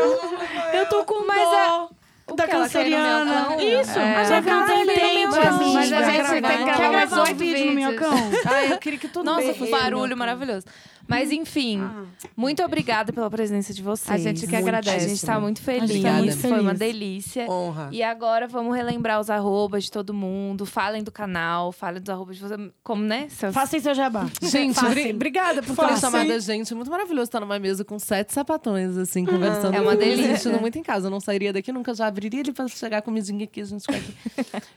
F: Eu tô com
A: Mas
F: dó
A: O
F: da
A: que ela caiu no
F: Tá canceriana.
A: minhocão?
F: Isso,
A: É.
F: mas a gente não entende. amiga.
E: Mas a gente tem que gravar
F: Quer gravar
A: oito
F: um vídeo no
A: vídeos.
F: minhocão?
H: Ai, eu queria que todo
A: Nossa,
H: berreiro,
A: foi um barulho
H: meu.
A: maravilhoso. Mas enfim, muito obrigada pela presença de vocês.
E: A gente que
A: Muito.
E: agradece.
A: A gente tá muito
F: gente
A: feliz.
F: tá
H: muito
A: Foi uma
F: feliz.
A: delícia.
H: Honra.
A: E agora vamos relembrar os arrobas de todo mundo. Falem do canal, falem dos arrobas de vocês. Como, né? Seus...
F: Façam seu jabá.
G: Gente, obri- obrigada por
F: Fácil.
G: ter chamado a gente. É muito maravilhoso estar numa mesa com sete sapatões, assim, conversando.
A: É uma
G: Me
A: delícia.
G: sentindo muito em casa. Eu não sairia daqui nunca. Já abriria ele pra chegar a comidinha aqui, a gente ficar aqui.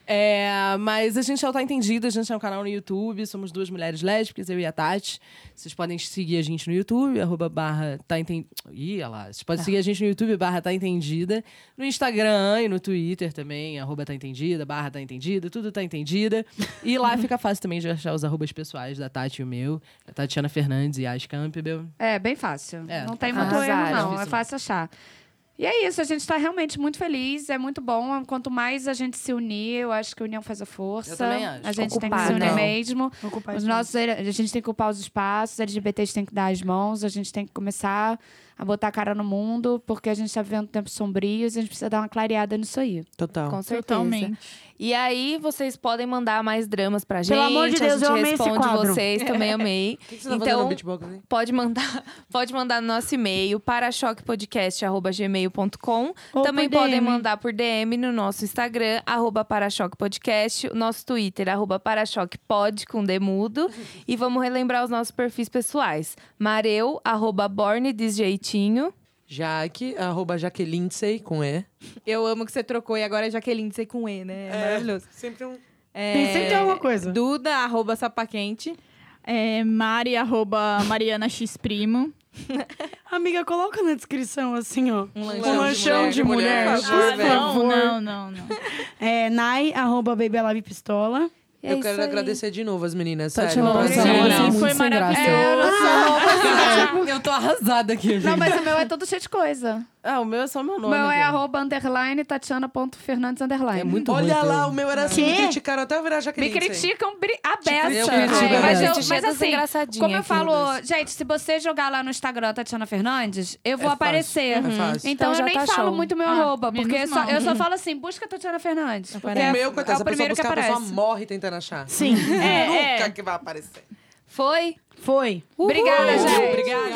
G: É, É, mas a gente é o Tá Entendido, a gente é um canal no YouTube, somos duas mulheres lésbicas, eu e a Tati. Vocês podem seguir a gente no YouTube, arroba barra Tá Entendido. Ih, olha lá. Vocês podem seguir a gente no YouTube, barra Tá Entendida. No Instagram e no Twitter também, arroba Tá Entendida, barra Tá Entendida, tudo Tá Entendida. E lá fica fácil também de achar os arrobas pessoais da Tati e o meu, da Tatiana Fernandes e As Campbell.
E: É, bem fácil.
G: É.
E: Não tem muito erro,
A: Arrasaram.
E: não. É
G: Difícil.
E: fácil achar. E é isso, a gente tá realmente muito feliz, é muito bom. Quanto mais a gente se unir, eu acho que a união faz a força.
G: Eu também acho.
E: A gente tem que se
A: Ocupar,
E: unir
A: né?
E: mesmo.
F: Ocupar
E: Os
F: espaço.
E: nossos, a gente tem que ocupar os espaços, LGBTs tem que dar as mãos, a gente tem que começar a botar a cara no mundo, porque a gente tá vivendo tempos sombrios e a gente precisa dar uma clareada nisso aí.
H: Total.
A: Com certeza.
C: Totalmente.
A: E aí, vocês podem mandar mais dramas pra gente.
F: Pelo amor de
A: a
F: Deus,
A: gente
F: eu amei esse
A: responde
F: quadro.
A: vocês, também amei.
H: O que, que você tá fazendo
A: Então-
H: no beatbox aí?
A: Pode mandar, pode mandar no nosso e-mail para choquepodcast@gmail.com.
F: Ou
A: Também
F: por DM.
A: podem mandar por DM no nosso Instagram arroba @parachoquepodcast, o nosso Twitter arroba @parachoquepod com demudo e vamos relembrar os nossos perfis pessoais. Mareu arroba @borne desjeitinho.
H: Jaque, arroba Jaquelindsey, com E.
B: Eu amo que você trocou e agora é Jaqueline, sei com E, né? É, maravilhoso.
H: Sempre um...
B: É,
F: Tem sempre alguma coisa.
B: Duda, arroba sapaquente.
C: É, Mari, arroba Mariana X Primo.
F: Amiga, coloca na descrição assim, ó. Um
B: lanchão de
F: lanchão
H: mulher,
F: de
H: mulher,
F: mulher.
H: por favor,
F: por
H: velho.
C: Ah, não,
F: favor.
C: não, não, não.
F: É Nai, arroba Baby Alive Pistola.
A: É
H: eu
A: isso
H: quero
A: aí.
H: agradecer de novo as meninas,
G: Tati,
H: sério.
G: eu não
H: Pra
G: sei.
H: essa
G: Sim,
H: moral.
G: muito
C: foi
G: sem graça.
C: maravilhoso.
G: Eu tô arrasada aqui,
E: Não, mas o meu é todo cheio de coisa.
G: Ah, o meu é só meu
E: O
G: nome.
E: meu é
G: cara.
E: arroba underline tatiana.fernandes underline.
G: É muito ruim
H: Olha
G: teu.
H: lá, o meu era assim, me criticaram até eu virar
E: Me
H: Jaqueline.
E: criticam bri- a
H: Eu
E: beça.
H: critico,
E: É, mas,
H: é.
E: eu-
A: Gente,
E: mas
A: cheia das
E: assim,
A: engraçadinhas
E: como eu
A: aqui.
E: falo, gente, se você jogar lá no Instagram Tatiana Fernandes, eu vou
H: É fácil,
E: aparecer.
H: é fácil.
E: Então,
A: Então já
E: eu nem
A: tá
E: falo
A: show.
E: muito meu
C: Ah,
E: arroba, porque
C: menos
E: eu só,
C: mal.
E: eu só falo assim, busca Tatiana Fernandes. porque
H: O meu, coitado, essa
E: é o
H: pessoa
E: primeiro que
H: buscar, a pessoa
E: aparece.
H: morre tentando achar.
F: Sim.
H: Nunca que vai aparecer.
A: Foi?
F: É, Foi.
E: Obrigada,
H: Beijo,
E: gente.
H: Obrigada.